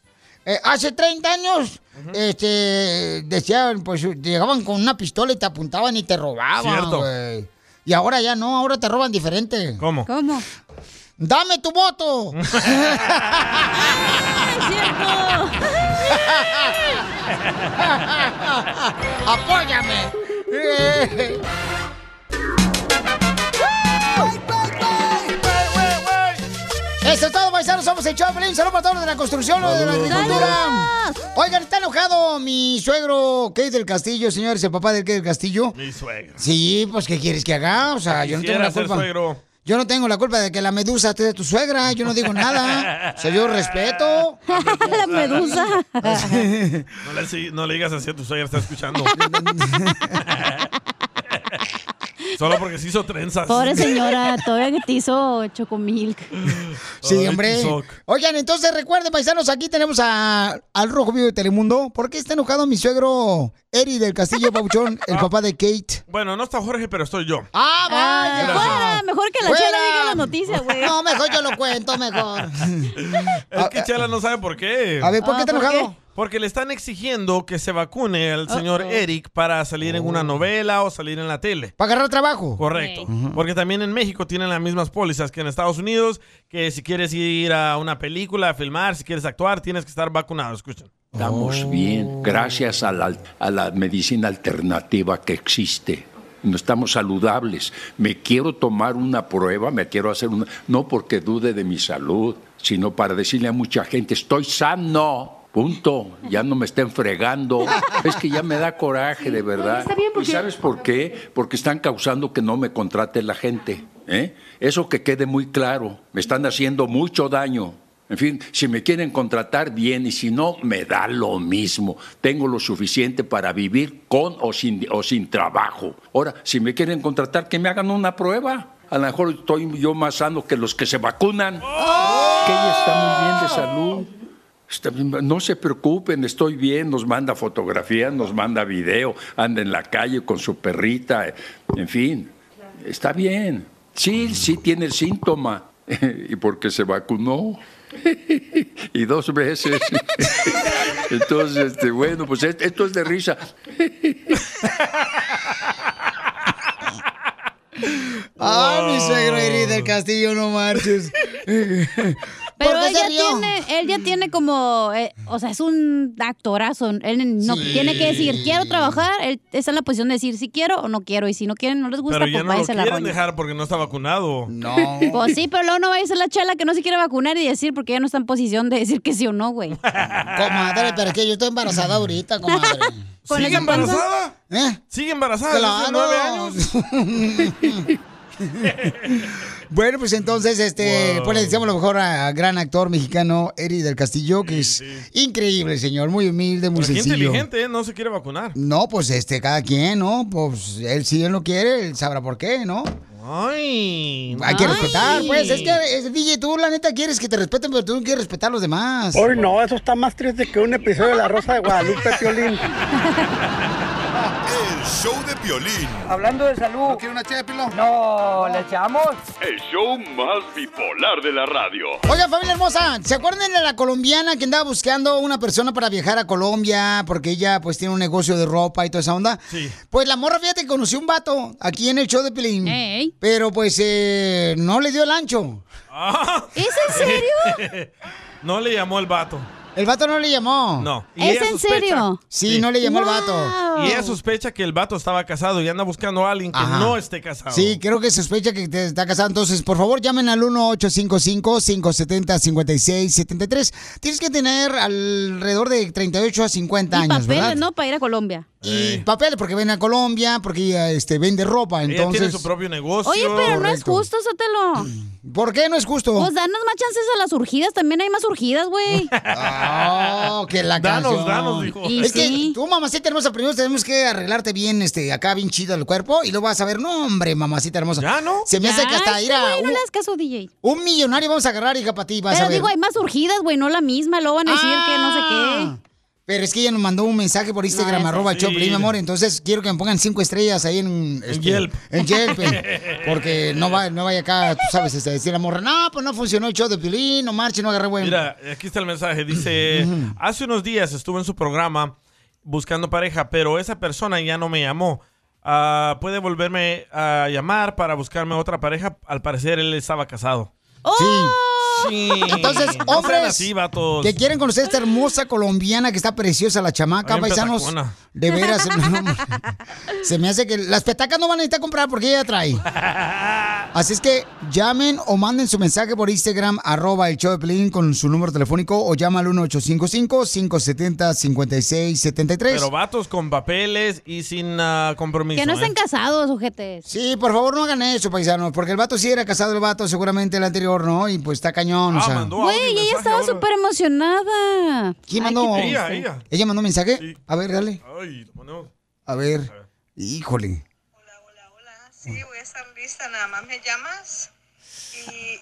Eh, hace 30 años, este, decían, pues, llegaban con una pistola y te apuntaban y te robaban, Cierto. güey. Y ahora ya no, ahora te roban diferente. ¿Cómo? ¿Cómo? ¡Dame tu *laughs* voto! ¡Apóyame! Eso es todo, paisanos. Somos el Choplin. Saludos para todos los de la construcción, los de la Saludos. agricultura. Oigan, está enojado mi suegro Key del Castillo, señores, el papá del Key del Castillo. Mi suegro. Sí, pues, ¿qué quieres que haga? O sea, yo no tengo Quisiera la ser culpa. suegro. Yo no tengo la culpa de que la medusa esté de tu suegra. Yo no *laughs* digo nada. O sea, yo respeto. La *laughs* medusa. *laughs* *laughs* No le, si- no le digas así a tu suegra, está escuchando. Solo porque se hizo trenzas. Pobre señora, todavía que te hizo chocomilk. Sí, Ay, hombre. Tizoc. Oigan, entonces recuerden, paisanos, aquí tenemos a, al Rojo Vivo de Telemundo. ¿Por qué está enojado mi suegro Eri del Castillo Pauchón, el papá de Kate? Bueno, no está Jorge, pero estoy yo. ¡Ah, vaya! Ay, fuera, mejor que la Chela diga la noticia, güey. No, mejor yo lo cuento, *laughs* mejor. *laughs* Es que Chela no sabe por qué. Ah, A ver, ¿por qué Ah, está ¿por enojado? qué? Porque le están exigiendo que se vacune al señor Uh-oh. Eric para salir en Oh. una novela o salir en la tele. ¿Para agarrar trabajo? Correcto. Porque también en México tienen las mismas pólizas que en Estados Unidos, que si quieres ir a una película, a filmar, si quieres actuar, tienes que estar vacunado. Escuchen. Estamos Oh. bien, gracias a la, a la medicina alternativa que existe. No estamos saludables. Me quiero tomar una prueba, me quiero hacer una. No porque dude de mi salud, sino para decirle a mucha gente: estoy sano. Punto, ya no me estén *laughs* fregando. Es que ya me da coraje, de verdad. está bien, porque- ¿Y sabes por qué? Porque están causando que no me contrate la gente. ¿eh? Eso que quede muy claro. Me están haciendo mucho daño. En fin, si me quieren contratar, bien, y si no, me da lo mismo. Tengo lo suficiente para vivir con o sin, o sin trabajo. Ahora, si me quieren contratar, que me hagan una prueba. A lo mejor estoy yo más sano que los que se vacunan. Que ella está muy bien de salud. Está bien, No se preocupen, estoy bien, nos manda fotografías, nos manda video, anda en la calle con su perrita, eh, en fin, está bien. Sí, sí tiene el síntoma, *laughs* y porque se vacunó, *laughs* y dos veces. *laughs* Entonces, este, bueno, pues es- esto es de risa. ¡Ah, mi suegro Eri del Castillo, no marches! Pero ¿Por qué él se ya, rió? tiene, él ya tiene como, eh, o sea, es un actorazo. Él no Sí. tiene que decir, quiero trabajar. Él está en la posición de decir si quiero o no quiero. Y si no quieren, no les gusta, Pero ya pues no lo váyase a la quieren roña. dejar porque no está vacunado. No. *laughs* Pues sí, pero luego no vayas a la chela que no se quiere vacunar y decir porque ya no está en posición de decir que sí o no, güey. *laughs* Comadre, pero es que yo estoy embarazada *laughs* ahorita, comadre. ¿Con ¿Sigue esa panza? embarazada? ¿Eh? ¿Sigue embarazada desde hace nueve *laughs* años? *laughs* bueno, pues entonces, este, Wow. pues le deseamos lo mejor a- al gran actor mexicano Eri del Castillo, que es increíble, señor, muy humilde, muy Pero qué sencillo. inteligente, ¿eh? no se quiere vacunar. No, pues este, cada quien, ¿no? Pues él si él no quiere, él sabrá por qué, ¿no? Ay. Hay que ay. respetar, pues, es que, es- DJ, tú la neta quieres que te respeten, pero tú no quieres respetar a los demás. Hoy no, eso está más triste que un episodio de La Rosa de Guadalupe, Piolín. El show de violín. Hablando de salud. ¿No quiere una ché de pilón? No, ¿le echamos? El show más bipolar de la radio. *laughs* Oiga, familia hermosa, ¿se acuerdan de la colombiana que andaba buscando una persona para viajar a Colombia? Porque ella pues tiene un negocio de ropa y toda esa onda. Sí. Pues la morra, fíjate, que conoció un vato aquí en el show de Pilín. Pero pues eh, no le dio el ancho. *laughs* ¿Es en serio? *laughs* no le llamó el vato. El vato no le llamó. No. ¿Es ella en serio? Sí, no le llamó el vato. Y ella sospecha que el vato estaba casado y anda buscando a alguien que Ajá. no esté casado. Sí, creo que sospecha que te- está casado. Entonces, por favor, llamen al 1-855-570-5673. Tienes que tener alrededor de 38 a 50 Y años, papeles, ¿verdad? ¿no? Para ir a Colombia. Y papeles, porque viene a Colombia, porque ella, este, vende ropa, Ella entonces... tiene su propio negocio. Oye, pero no es justo, Sotelo. *clears throat* ¿Por qué no es justo? Pues danos más chances a las urgidas. También hay más urgidas, güey. Oh, que la Danos, canción. danos, dijo. Y Es sí. que tú, mamacita hermosa, primero tenemos que arreglarte bien, este, acá bien chido el cuerpo, y luego vas a ver, no, hombre, mamacita hermosa. Ya, ¿no? *laughs* Se me hace que hasta ir a... Güey, no un- le hagas caso, DJ. Un millonario vamos a agarrar, hija, para ti, vas Pero a ver. digo, hay más urgidas, güey, no la misma. Luego van a decir que no Ah. sé qué. Pero es que ella nos mandó un mensaje por Instagram, No, esa arroba sí. Choplin, mi amor. Entonces quiero que me pongan cinco estrellas ahí en... este, Yelp. En Yelp. *laughs* eh, porque no, va, no vaya acá, tú sabes, este, decir la morra, no, pues no funcionó el show de Piolín, no marche, no agarré buen... Mira, aquí está el mensaje. Dice, hace unos días estuve en su programa buscando pareja, pero esa persona ya no me llamó. Ah, puede volverme a llamar para buscarme otra pareja. Al parecer él estaba casado. ¡Oh! Sí. *laughs* Entonces, No sean hombres así, vatos. que quieren conocer a esta hermosa colombiana que está preciosa, la chamaca, Bien paisanos. petacona. De veras, no, se me hace que las petacas no van a necesitar comprar porque ella trae. Así es que llamen o manden su mensaje por Instagram, arroba el show de Pelín con su número telefónico o llama al 1855-570-5673. Pero vatos con papeles y sin ah, compromiso. Que no ¿eh? estén casados, ojetes. Sí, por favor, no hagan eso, paisanos, porque el vato sí era casado, el vato seguramente el anterior, ¿no? Y pues está cañón, Ah, o sea. Güey, ella estaba súper emocionada. ¿Quién Ay, mandó? qué triste. *laughs* ¿Ella mandó mensaje? A ver, dale. Ay, lo ponemos. A ver. Híjole. Sí, voy a estar Pues, lista, nada más me llamas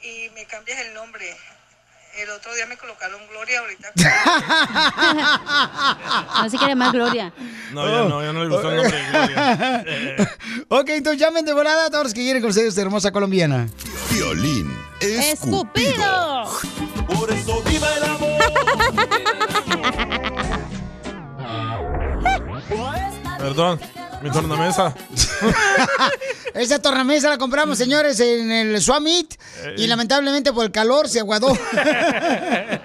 y, y me cambias el nombre. El otro día me colocaron Gloria, ahorita. No se quiere más Gloria. No, ya no, ya no le gustó el nombre *laughs* de Gloria. Eh, ok, entonces llamen de volada a todos los que quieren conocer a esta hermosa colombiana. Violín. ¡Escupido! Por eso viva el amor. Perdón, mi tornamesa. *laughs* Esa tornamesa la compramos, señores, en el Swamit y lamentablemente por el calor se aguadó. *laughs*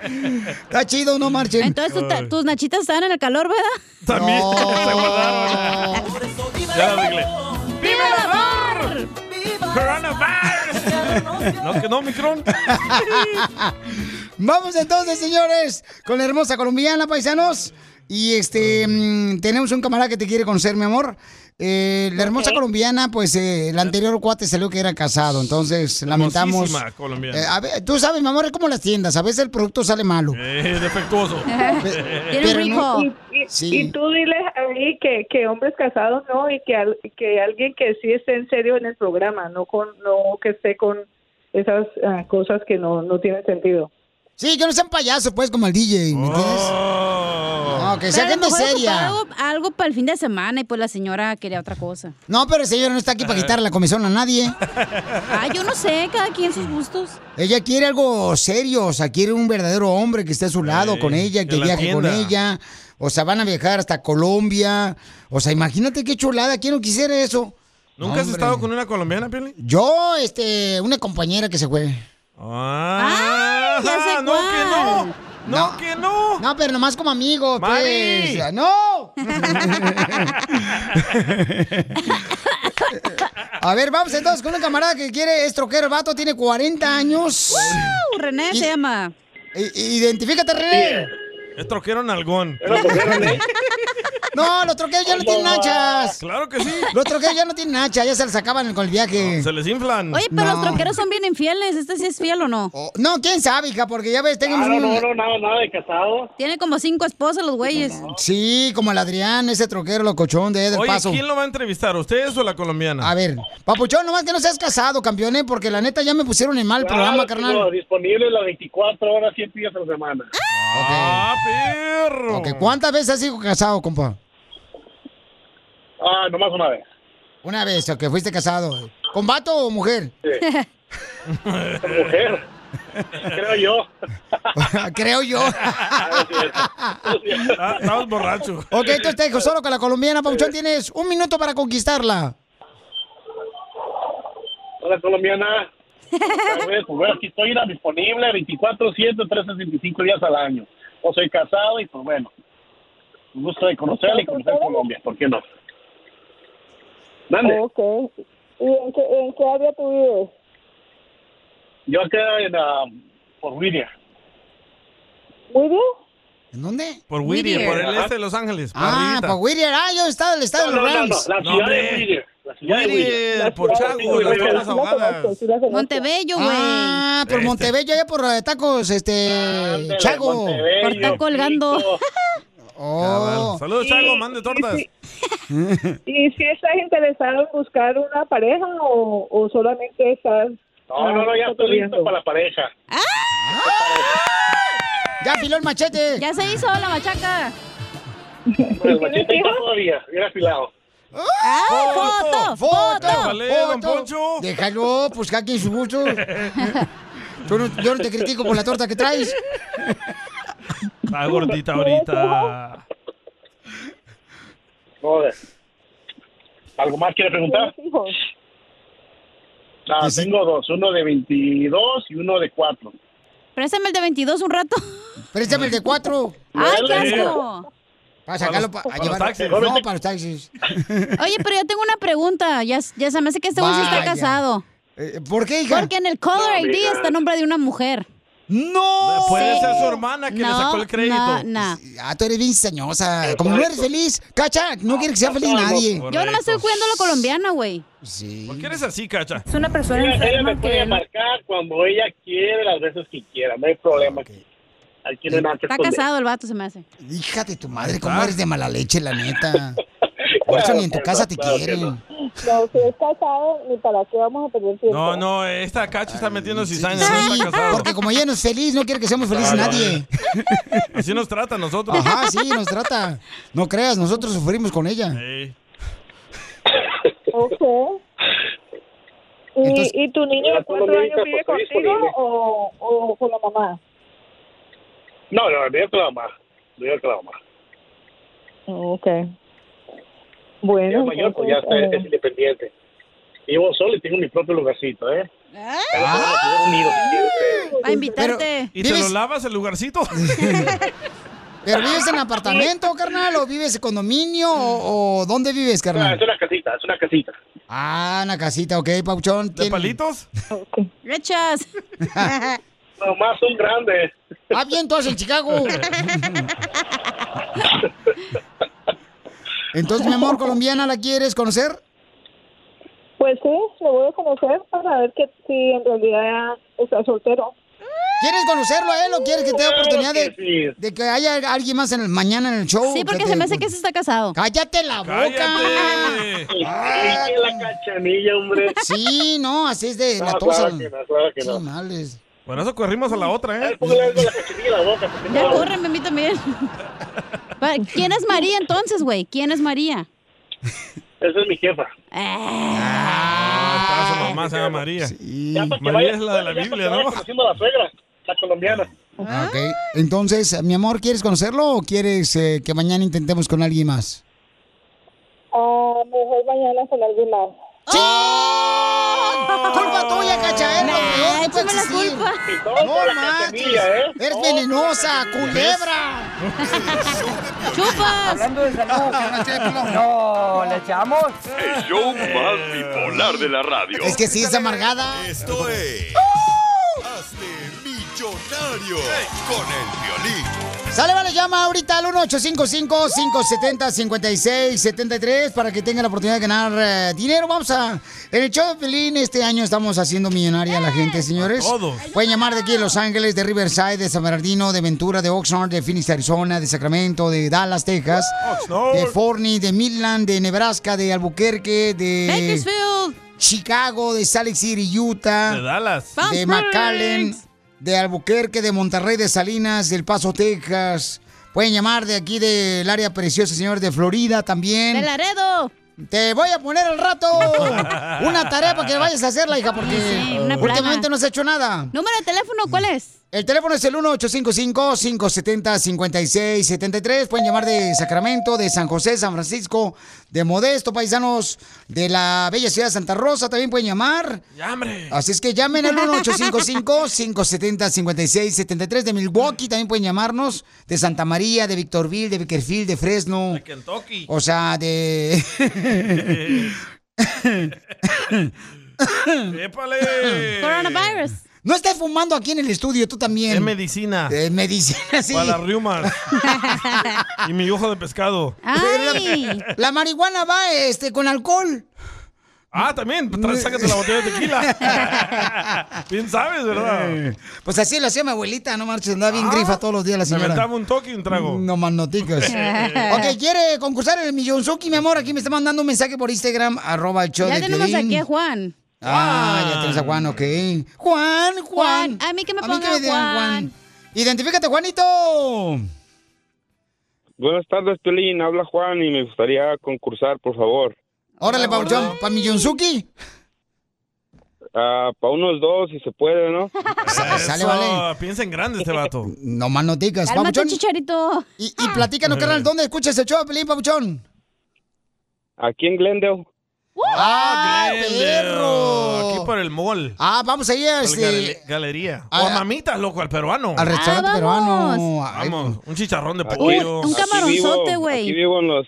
Está chido, no marchen. Entonces tu- ta- tus nachitas estaban en el calor, ¿verdad? También se aguadaron. *laughs* Ya la arreglé. ¡Viva el amor! *laughs* Coronavirus. No, que *laughs* no, Micron. Vamos entonces, señores, con la hermosa colombiana, paisanos. Y este, mm, tenemos un camarada que te quiere conocer, mi amor. Eh, la hermosa colombiana, pues eh, el anterior cuate salió que era casado, entonces lamentamos. Hermosísima colombiana. Eh, a ver, tú sabes, mi amor, es como las tiendas, a veces el producto sale malo. Eh, *laughs* defectuoso. no- Y, y- Sí. y tú diles ahí que, que hombres casados no y que, al- que alguien que sí esté en serio en el programa, no con no que esté con esas ah, cosas que no, no tienen sentido. Sí, que no sean payasos, pues, como el DJ, ¿me entiendes? Oh. No, que sea Pero a lo gente mejor seria. ocupaba Algo, algo para el fin de semana y pues la señora quería otra cosa. No, pero el señor no está aquí para quitarle la comisión a nadie. Ah, yo no sé, cada quien sus gustos. Ella quiere algo serio, o sea, quiere un verdadero hombre que esté a su lado con ella, que que la viaje con atienda. ella. O sea, van a viajar hasta Colombia. O sea, imagínate qué chulada, ¿quién no quisiera eso? ¿Nunca has Hombre. estado con una colombiana, Pili? Yo, este, una compañera que se fue. Ah, ya sé no, que no. No, que no. No, pero nomás como amigos, Mari. pues. *laughs* ¡No! A ver, vamos entonces con un camarada que quiere estroquear el vato, tiene 40 años. ¡Wow! René se llama. Identifícate, René. Es troquero en algón. No, los troqueros ya no tienen hachas. Claro que sí. Los troqueros ya no tienen hachas, ya se les acaban con el viaje. Se les inflan. Oye, pero No. Oh, los troqueros son bien infieles. ¿Este sí es fiel o no? No, quién sabe, hija, porque ya ves, tengo Claro, Ah, no, no, nada, nada de casado. Tiene como cinco esposas los güeyes. Sí, como el Adrián, ese troquero locochón de ahí del *laughs* Oye, Paso. ¿quién lo va a entrevistar? ¿Ustedes o la colombiana? A ver, papuchón, nomás que no seas casado, campeón, ¿eh? porque la neta ya me pusieron en mal programa, carnal. chico, disponible las 24 horas, 7 días a la semana. Ok. perro! Ok, ¿Cuántas veces has sido casado, compa? Ah, nomás una vez. Una vez, que fuiste casado. ¿Con vato o mujer? Mujer. Creo yo. *laughs* Creo yo. Estabas borracho. Ok, entonces te dejo solo con la colombiana, Pauchón. Tienes un minuto para conquistarla. Hola, colombiana. Otra vez, pues, bueno, aquí estoy mira, disponible 24, 7, 365 días al año. O soy casado y pues bueno, un gusto de conocerla y conocer Colombia, ¿por qué no? Dale. Ok. ¿Y en qué, en qué área tú vives? Yo acá en, ah, por Whittier. Muy bien. ¿En dónde? Por Whittier, por el Ajá. este de Los Ángeles. Ah, arribita. para Whittier. Ah, yo he estado en el estado de los Rams. la ciudad de hombre. Whittier, la ciudad de Whittier, Whittier. por La ciudad de Chago, Whittier, las Whittier. tortas ahogadas. Montebello, güey. Ah, por Montebello, allá por eh, tacos, este. Chago. Por estar colgando. *laughs* Oh. Saludos, Chago, mande tortas. ¿Y si estás interesado en buscar una pareja o, o solamente estás... ah, No, Ah, no, no, ya estoy listo para la pareja. Ya afiló el machete. Ya se hizo la machaca. El machete está todavía, bien afilado. ¡Ah! ¡Foto! ¡Foto! Vale, don Poncho. Déjalo, pues cada quien su *laughs* gusto. Yo no, yo no te critico por la torta que traes. Está Ah, gordita ahorita. Joder. ¿Algo más quiere preguntar? Ah, tengo dos, uno de 22 y uno de 4. Préstame el de 22 un rato. Préstame el de 4. ¡Ay, qué Dale. asco! Para sacarlo pa- a llevar. No, para los taxis. Oye, pero yo tengo una pregunta. Ya, ya se me hace que este güey sí está Vaya. casado. Eh, ¿Por qué, hija? Porque en el Color No, ID mija. está el nombre de una mujer. ¡No! Puede Sí. ser su hermana que le No, sacó el crédito. no, no. Ah, tú eres bien cizañosa. Como no eres feliz, cacha, no quieres que sea feliz nadie. Yo nomás estoy cuidando a la colombiana, güey. Sí. ¿Por qué eres así, Cacha? Es una persona Ella, ella me enferma puede que... marcar cuando ella quiere, las veces que quiera, no hay problema. aquí. Aquí no hay nada que Está esconder. casado el vato, se me hace. Hija de tu madre, ¿cómo eres de mala leche, la *laughs* neta? Por eso ni en tu casa te quieren. No, si es casado, ni para qué vamos a perder tiempo. No, no, esta Cacha está metiendo cizaña, no está casado. Porque como ella no es feliz, no quiere que seamos felices Claro. nadie. *laughs* Así nos trata a nosotros. Ajá, sí, nos trata. No creas, nosotros sufrimos con ella. Ey. Ok. ¿Y, Entonces- ¿Y tu niño de Ya tú lo cuatro años ubicas, vive pues, estoy contigo disponible. o, o con la mamá? No, no, no, yo con la mamá. No, yo con la mamá. Ok. Ya Bueno, mayor, pues ya está, entonces, eh. es independiente. Vivo solo y tengo mi propio lugarcito, ¿eh? Va a invitarte. ¿Y te lo lavas el *laughs* lugarcito? ¿Pero vives en apartamento, carnal? ¿O vives en condominio? ¿O, o dónde vives, Ah, carnal? es una casita, es una casita. Ah, una casita, ok, Pauchón. ¿De palitos? Rechas. *laughs* Nomás son grandes. Ah, bien, todos en Chicago. Entonces, mi amor, colombiana, ¿la quieres conocer? Pues sí, lo voy a conocer para ver que si en realidad está soltero. ¿Quieres conocerlo a él o quieres que te dé Claro oportunidad que de, de que haya alguien más en el, mañana en el show? Sí, porque se me hace que se está casado. ¡Cállate la boca! *laughs* Ah. Ay, la cachanilla, hombre. Sí, no, así es de la No, tosa. claro que no, claro que no. Qué males. Bueno, eso corrimos a la otra, ¿eh? Póngale algo a la cachanilla en la boca. porque Ya no- córreme a mí *laughs* también. Pa- ¿Quién es María entonces, güey? ¿Quién es María? Esa es mi jefa. Ah, su mamá se llama María. Ya para que María vaya- es la de la ya para que Biblia, vaya ¿no? conociendo a la suegra, la colombiana. Ah, ok. Entonces, mi amor, ¿quieres conocerlo o quieres eh, que mañana intentemos con alguien más? Ah, mejor mañana con alguien más. ¡Culpa tuya, cacha! ¡Es lo peor que puede existir. por pues, ¡No la manches! cachanilla, ¿eh? ¡Eres venenosa, culebra! Hablando de salud, ¿quieres una ché de pilón? No, ¿le echamos? El show más bipolar de la radio. Es que sí, es amargada. Esto es. Hazte millonario con el violín. Sale, vale, llama ahorita al 1-855-570-5673 para que tenga la oportunidad de ganar eh, dinero. Vamos a. En el show de Pelín este año estamos haciendo millonaria a la gente, señores. todos. Pueden llamar de aquí de Los Ángeles, de Riverside, de San Bernardino, de Ventura, de Oxnard, de Phoenix, Arizona, de Sacramento, de Dallas, Texas, Oxnard. de Forney, de Midland, de Nebraska, de Albuquerque, de. Bakersfield. Chicago, de Salt Lake City, Utah. De Dallas. Palm De Springs. McAllen, de Albuquerque, de Monterrey, de Salinas, del Paso, Texas. Pueden llamar de aquí del área preciosa, señor, de Florida también. De Laredo. Te voy a poner al *laughs* rato una tarea para que vayas a hacerla, hija, porque Sí, una plaga. últimamente no has hecho nada. ¿Número de teléfono cuál es? El teléfono es el 1-855-570-5673. Pueden llamar de Sacramento, de San José, San Francisco, de Modesto, paisanos de la bella ciudad de Santa Rosa. También pueden llamar. ¡Ya, hombre! Así es que llamen al 1-855-570-5673 de Milwaukee. También pueden llamarnos de Santa María, de Victorville, de Bakersfield, de Fresno. Kentucky. O sea, de... ¡Épale! Coronavirus. No estás fumando aquí en el estudio, tú también. Es medicina. Es medicina, sí. Para las riumas. y mi ojo de pescado. Pero *laughs* La, la marihuana va este, con alcohol. Ah, también. tra- *laughs* Sácate la botella de tequila. Bien sabes, ¿verdad? Pues así lo hacía mi abuelita, no marches, andaba bien Ah, grifa todos los días la Me señora. aventaba un toque y un trago. No *laughs* más noticas. ok, ¿quiere concursar en el Millonzuki, mi amor? Aquí me está mandando un mensaje por Instagram, arroba el show Ya de tenemos Piolín. aquí a Juan. Ah, ya tienes a Juan, ok. Juan, Juan. Juan, a mí que me A mí ponga digan Juan. Identifícate, Juanito. Buenas tardes, Piolín. Habla Juan y me gustaría concursar, por favor. Órale, Pabuchón, para Millonzuki. para Ah, unos dos, si se puede, ¿no? *laughs* Sale, vale. Piensa en grande este vato. No más noticas, Cálmate, Pabuchón. chicharito. Y, y platícanos, carnal, ¿dónde escuchas el show de Piolín, Pabuchón? Aquí en Glendale. ¡Ah, perro! Aquí por el mall. Ah, vamos a ir a Al este... gale- galería. a- o a mamitas, loco, al peruano. Al restaurante Ah, vamos. *laughs* peruano. Ay, Vamos, un chicharrón de Aquí- pollo. aquí vivo- Aquí vivo en los,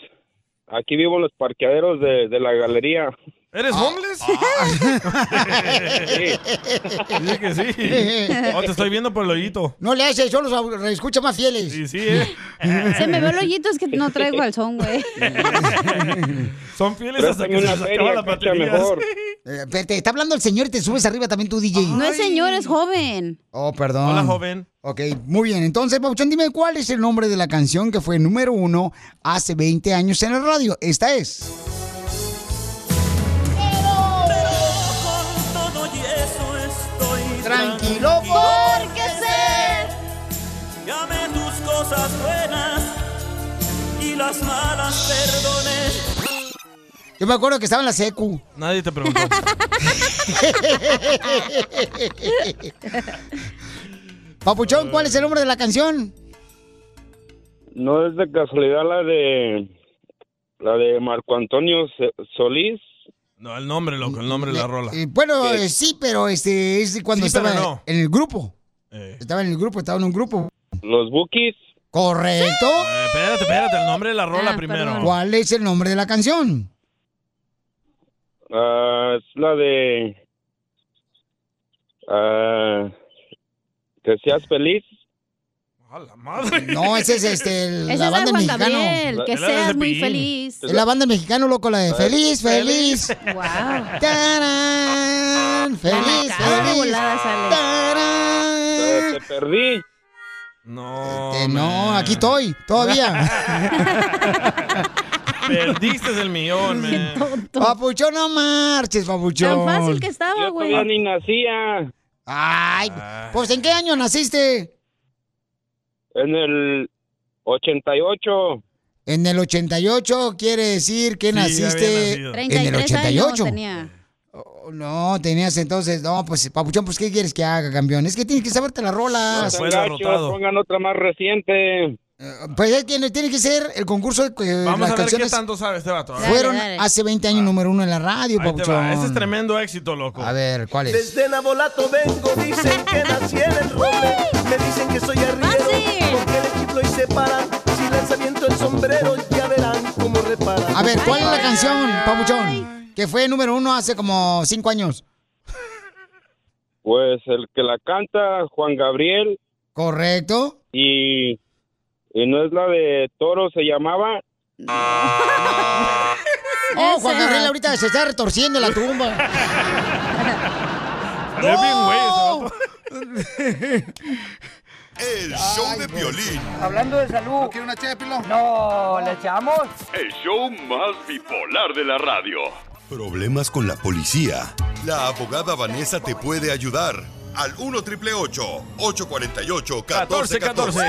aquí vivo en los parqueaderos de, de la galería. ¿Eres Ah. homeless? *laughs* *laughs* Dice que sí. Oh, te estoy viendo por el hoyito. No le haces, yo los escucho más fieles. Sí, sí, eh. Se me ve el hoyito, es que no traigo al son, *laughs* güey. Son fieles hasta que se les acaba la batería. Eh, pero te está hablando el señor y te subes arriba también tú, DJ. No es señor, es joven. Oh, perdón. Hola, joven. Ok, muy bien. Entonces, Pabuchón, dime cuál es el nombre de la canción que fue número uno hace 20 años en el radio. Esta es. Todo y eso estoy Tranquilo, porque sé. Llame tus cosas buenas y las malas perdoné. Yo me acuerdo que estaba en la secu. Nadie te preguntó. *laughs* Papuchón, ¿cuál es el nombre de la canción? No es de casualidad la de la de Marco Antonio Se- Solís. No, el nombre, loco, el nombre de la rola. Eh, bueno, eh, sí, pero este es de cuando Sí, pero estaba no. en el grupo. Estaba en el grupo, estaba en un grupo. Los Bookies. Correcto. Eh, espérate, espérate, el nombre de la Ah, rola primero. ¿Cuál es el nombre de la canción? Ah, es la de ah, que seas feliz. No, ese es *laughs* este, el- Ese la es banda del de Juan mexicano. Gabriel, que Es la de seas muy Cepillín. feliz. Es la banda del mexicano, loco, la de feliz, feliz. *laughs* Wow. Tarán, feliz, feliz. Te perdí. No. Eh, no, aquí estoy, todavía. Perdiste *laughs* el millón, man. Papuchón, no marches, papuchón. Tan fácil que estaba, Yo todavía ni nacía. Ay, pues ¿en qué año naciste? En el 88. En el 88 quiere decir que Sí, ya había naciste nacido. en el 88. tenía. Oh, No, tenías entonces, no, pues papuchón, pues ¿qué quieres que haga, campeón? Es que tienes que saberte las No rolas. sean gachos, pongan otra más reciente. Pues ya tiene, tiene que ser el concurso de eh, las Vamos a ver qué canciones. tanto sabe este vato. A ver. Fueron hace 20 años número uno en la radio, Ahí te va. Ese es papuchón. tremendo éxito, loco. A ver, ¿cuál Desde Nabolato vengo, dicen *laughs* que nací en el roble. Me dicen que soy arriero, porque el equipo y se paran. Si les aviento el sombrero, ya verán cómo reparan. A ver, ¿cuál es la canción, papuchón? Que fue número uno hace como 5 años. Pues el que la canta, Juan Gabriel. Correcto. Y, y no es la de Toro, se llamaba. Oh, Juan Gabriel ahorita se está retorciendo la tumba. Salió bien güey El show de violín. Hablando de salud. ¿No quiere una ché de pilón? No, ¿le echamos? El show más bipolar de la radio. Problemas con la policía. La abogada Vanessa te puede ayudar. Al 1 888 848 1414.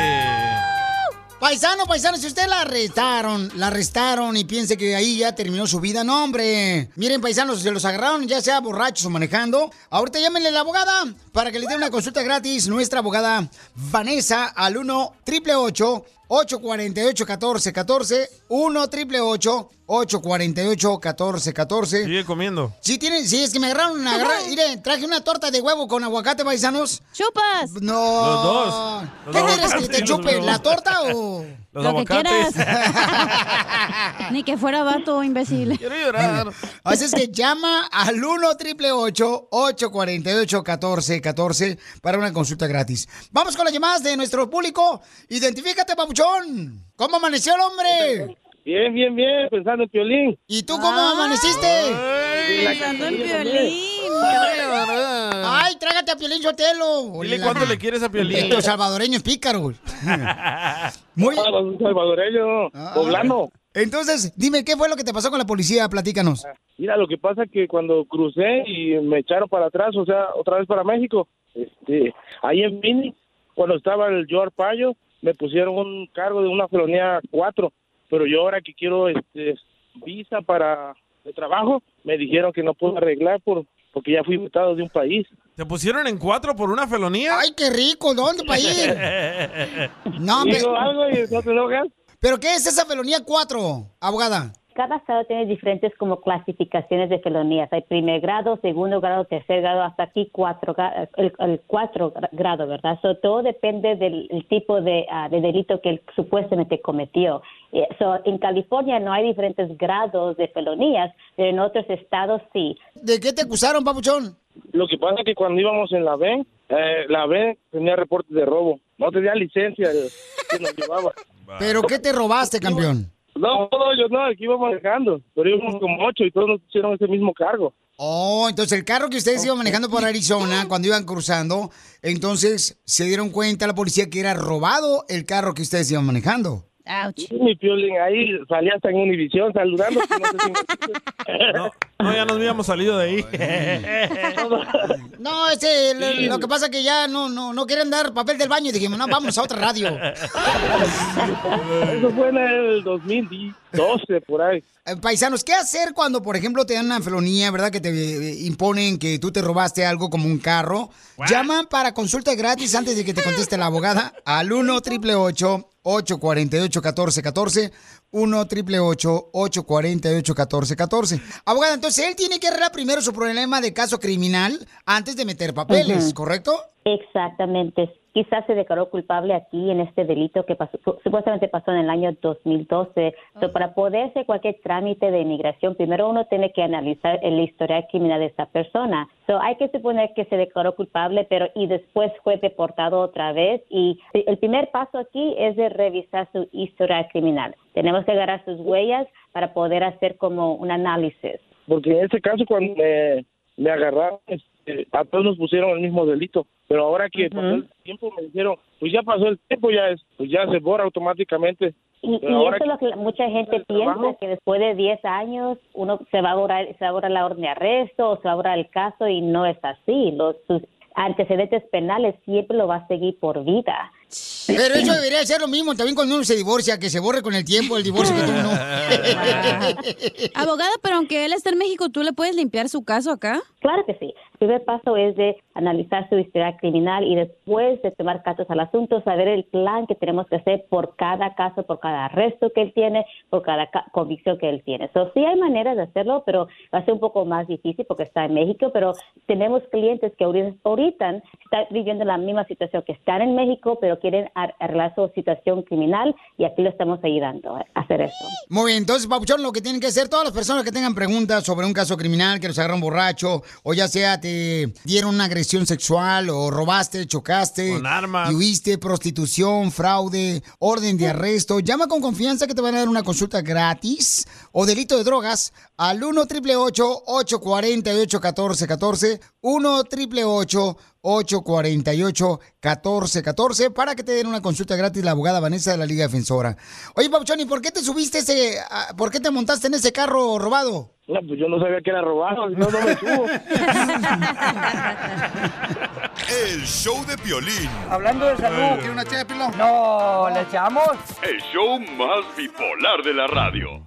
Paisano, paisano, si usted la arrestaron, la arrestaron y piense que ahí ya terminó su vida, no, hombre. Miren, paisanos, se los agarraron, ya sea borrachos o manejando. Ahorita llámenle a la abogada para que le dé una consulta gratis. Nuestra abogada Vanessa al 1 888 848 1414 1 888 848 1414 Sigue comiendo. Sí, tienen, sí, es que me agarraron. me agarraron. Mire, traje una torta de huevo con aguacate, paisanos. ¡Chupas! No. Los dos. Los ¿Qué quieres aguacates que y te los chupe? huevos. ¿La torta o.? Los Lo que aguacates. *laughs* *laughs* *laughs* Ni que fuera vato, imbécil. Quiero llorar. Así es que llama al 1 triple 848 1414 para una consulta gratis. Vamos con las llamadas de nuestro público. Identifícate, papuchón. ¿Cómo amaneció el hombre? Bien, bien, bien, pensando en Piolín. ¿Y tú cómo Ah. amaneciste? Pensando en Piolín. Ay, trágate a Piolín Sotelo. Este, Dile cuánto le quieres a Piolín. Estos salvadoreños pícaros. Muy Ah, salvadoreño, poblano. Ah, Entonces, dime, ¿qué fue lo que te pasó con la policía? Platícanos. Mira, lo que pasa es que cuando crucé y me echaron para atrás, o sea, otra vez para México, este, ahí en Phoenix, cuando estaba el George Payo, me pusieron un cargo de una felonía 4, pero yo ahora que quiero este, visa para de trabajo, me dijeron que no puedo arreglar por porque ya fui invitado de un país. ¿Te pusieron en cuatro por una felonía? ¡Ay, qué rico! ¿Dónde, país? No, Digo pero- algo y no te enojas. ¿Pero qué es esa felonía 4, abogada? *laughs* Cada estado tiene diferentes como clasificaciones de felonías. Hay primer grado, segundo grado, tercer grado, hasta aquí cuatro, gra- el, el cuatro gra- grado, ¿verdad? So, todo depende del el tipo de, ah, de delito que él supuestamente cometió. Eh, So, en California no hay diferentes grados de felonías, pero en otros estados sí. ¿De qué te acusaron, papuchón? Lo que pasa es que cuando íbamos en la VEN, eh, la VEN tenía reportes de robo. No tenía licencia el que nos llevaba. *laughs* ¿Pero qué te robaste, campeón? Ah. No, no, yo no, aquí iba manejando. Pero íbamos como ocho y todos nos pusieron ese mismo cargo. Oh, entonces el carro que ustedes iban manejando por Arizona cuando iban cruzando, entonces se dieron cuenta la policía que era robado el carro que ustedes iban manejando. Mi piolín ahí salía hasta en Univisión saludando. que no sé si *laughs* No, ya nos habíamos salido de *laughs* ahí. *laughs* No, este, lo, lo que pasa que ya no, no, no quieren dar papel del baño y dijimos, no, vamos a otra radio. me- Eso fue en el 2012, por ahí. Eh, Paisanos, ¿qué hacer cuando, por ejemplo, te dan una felonía, verdad, que te eh, imponen que tú te robaste algo como un carro? Llama para consulta gratis antes de que te conteste la abogada al 1 888 848 1414 1 888 848 1414 Abogada, entonces él tiene que arreglar primero su problema de caso criminal antes de meter papeles, Ujú. ¿correcto? Exactamente. Quizás se declaró culpable aquí en este delito que pasó- su- supuestamente pasó en el año 2012. So, para poder hacer cualquier trámite de inmigración, primero uno tiene que analizar el historial criminal de esa persona. So, hay que suponer que se declaró culpable, pero y después fue deportado otra vez. Y el primer paso aquí es de revisar su historial criminal. Tenemos que agarrar sus huellas para poder hacer como un análisis. Porque en ese caso, cuando me, me agarraron, este, a todos nos pusieron el mismo delito. Pero ahora que pasó el tiempo, me dijeron, pues ya pasó el tiempo, ya es, pues ya se borra automáticamente. Y, Pero y ahora eso es lo que la- mucha gente piensa, trabajo. que después de 10 años uno se va a borrar, se va a borrar la orden de arresto o se va a borrar el caso y no es así. Los, sus antecedentes penales siempre lo va a seguir por vida. Pero eso debería ser lo mismo también cuando uno se divorcia, que se borre con el tiempo el divorcio que *laughs* tuvo uno. Abogada, pero aunque él esté en México, ¿tú le puedes limpiar su caso acá? Claro que sí. El primer paso es de analizar su historial criminal y después de tomar cartas al asunto, saber el plan que tenemos que hacer por cada caso, por cada arresto que él tiene, por cada ca- convicción que él tiene. So, sí hay maneras de hacerlo, pero va a ser un poco más difícil porque está en México, pero tenemos clientes que ahorita, ahorita están viviendo la misma situación, que están en México, pero quieren ar- arreglar su situación criminal y aquí lo estamos ayudando a hacer eso. Muy bien, entonces, Papuchón, lo que tienen que hacer todas las personas que tengan preguntas sobre un caso criminal, que los agarraron borracho, o ya sea te dieron una agresión sexual, o robaste, chocaste, y huiste, prostitución, fraude, orden de arresto, llama con confianza que te van a dar una consulta gratis o delito de drogas al 1 888 848 1414 1 888 848-1414 para que te den una consulta gratis la abogada Vanessa de la Liga Defensora. Oye, Papuchón, ¿y por qué te subiste ese, a- por qué te montaste en ese carro robado? No, pues yo no sabía que era robado, si no, no me subo. El show de Piolín. Hablando de Ay, salud. ay. una No, ¿le echamos? El show más bipolar de la radio.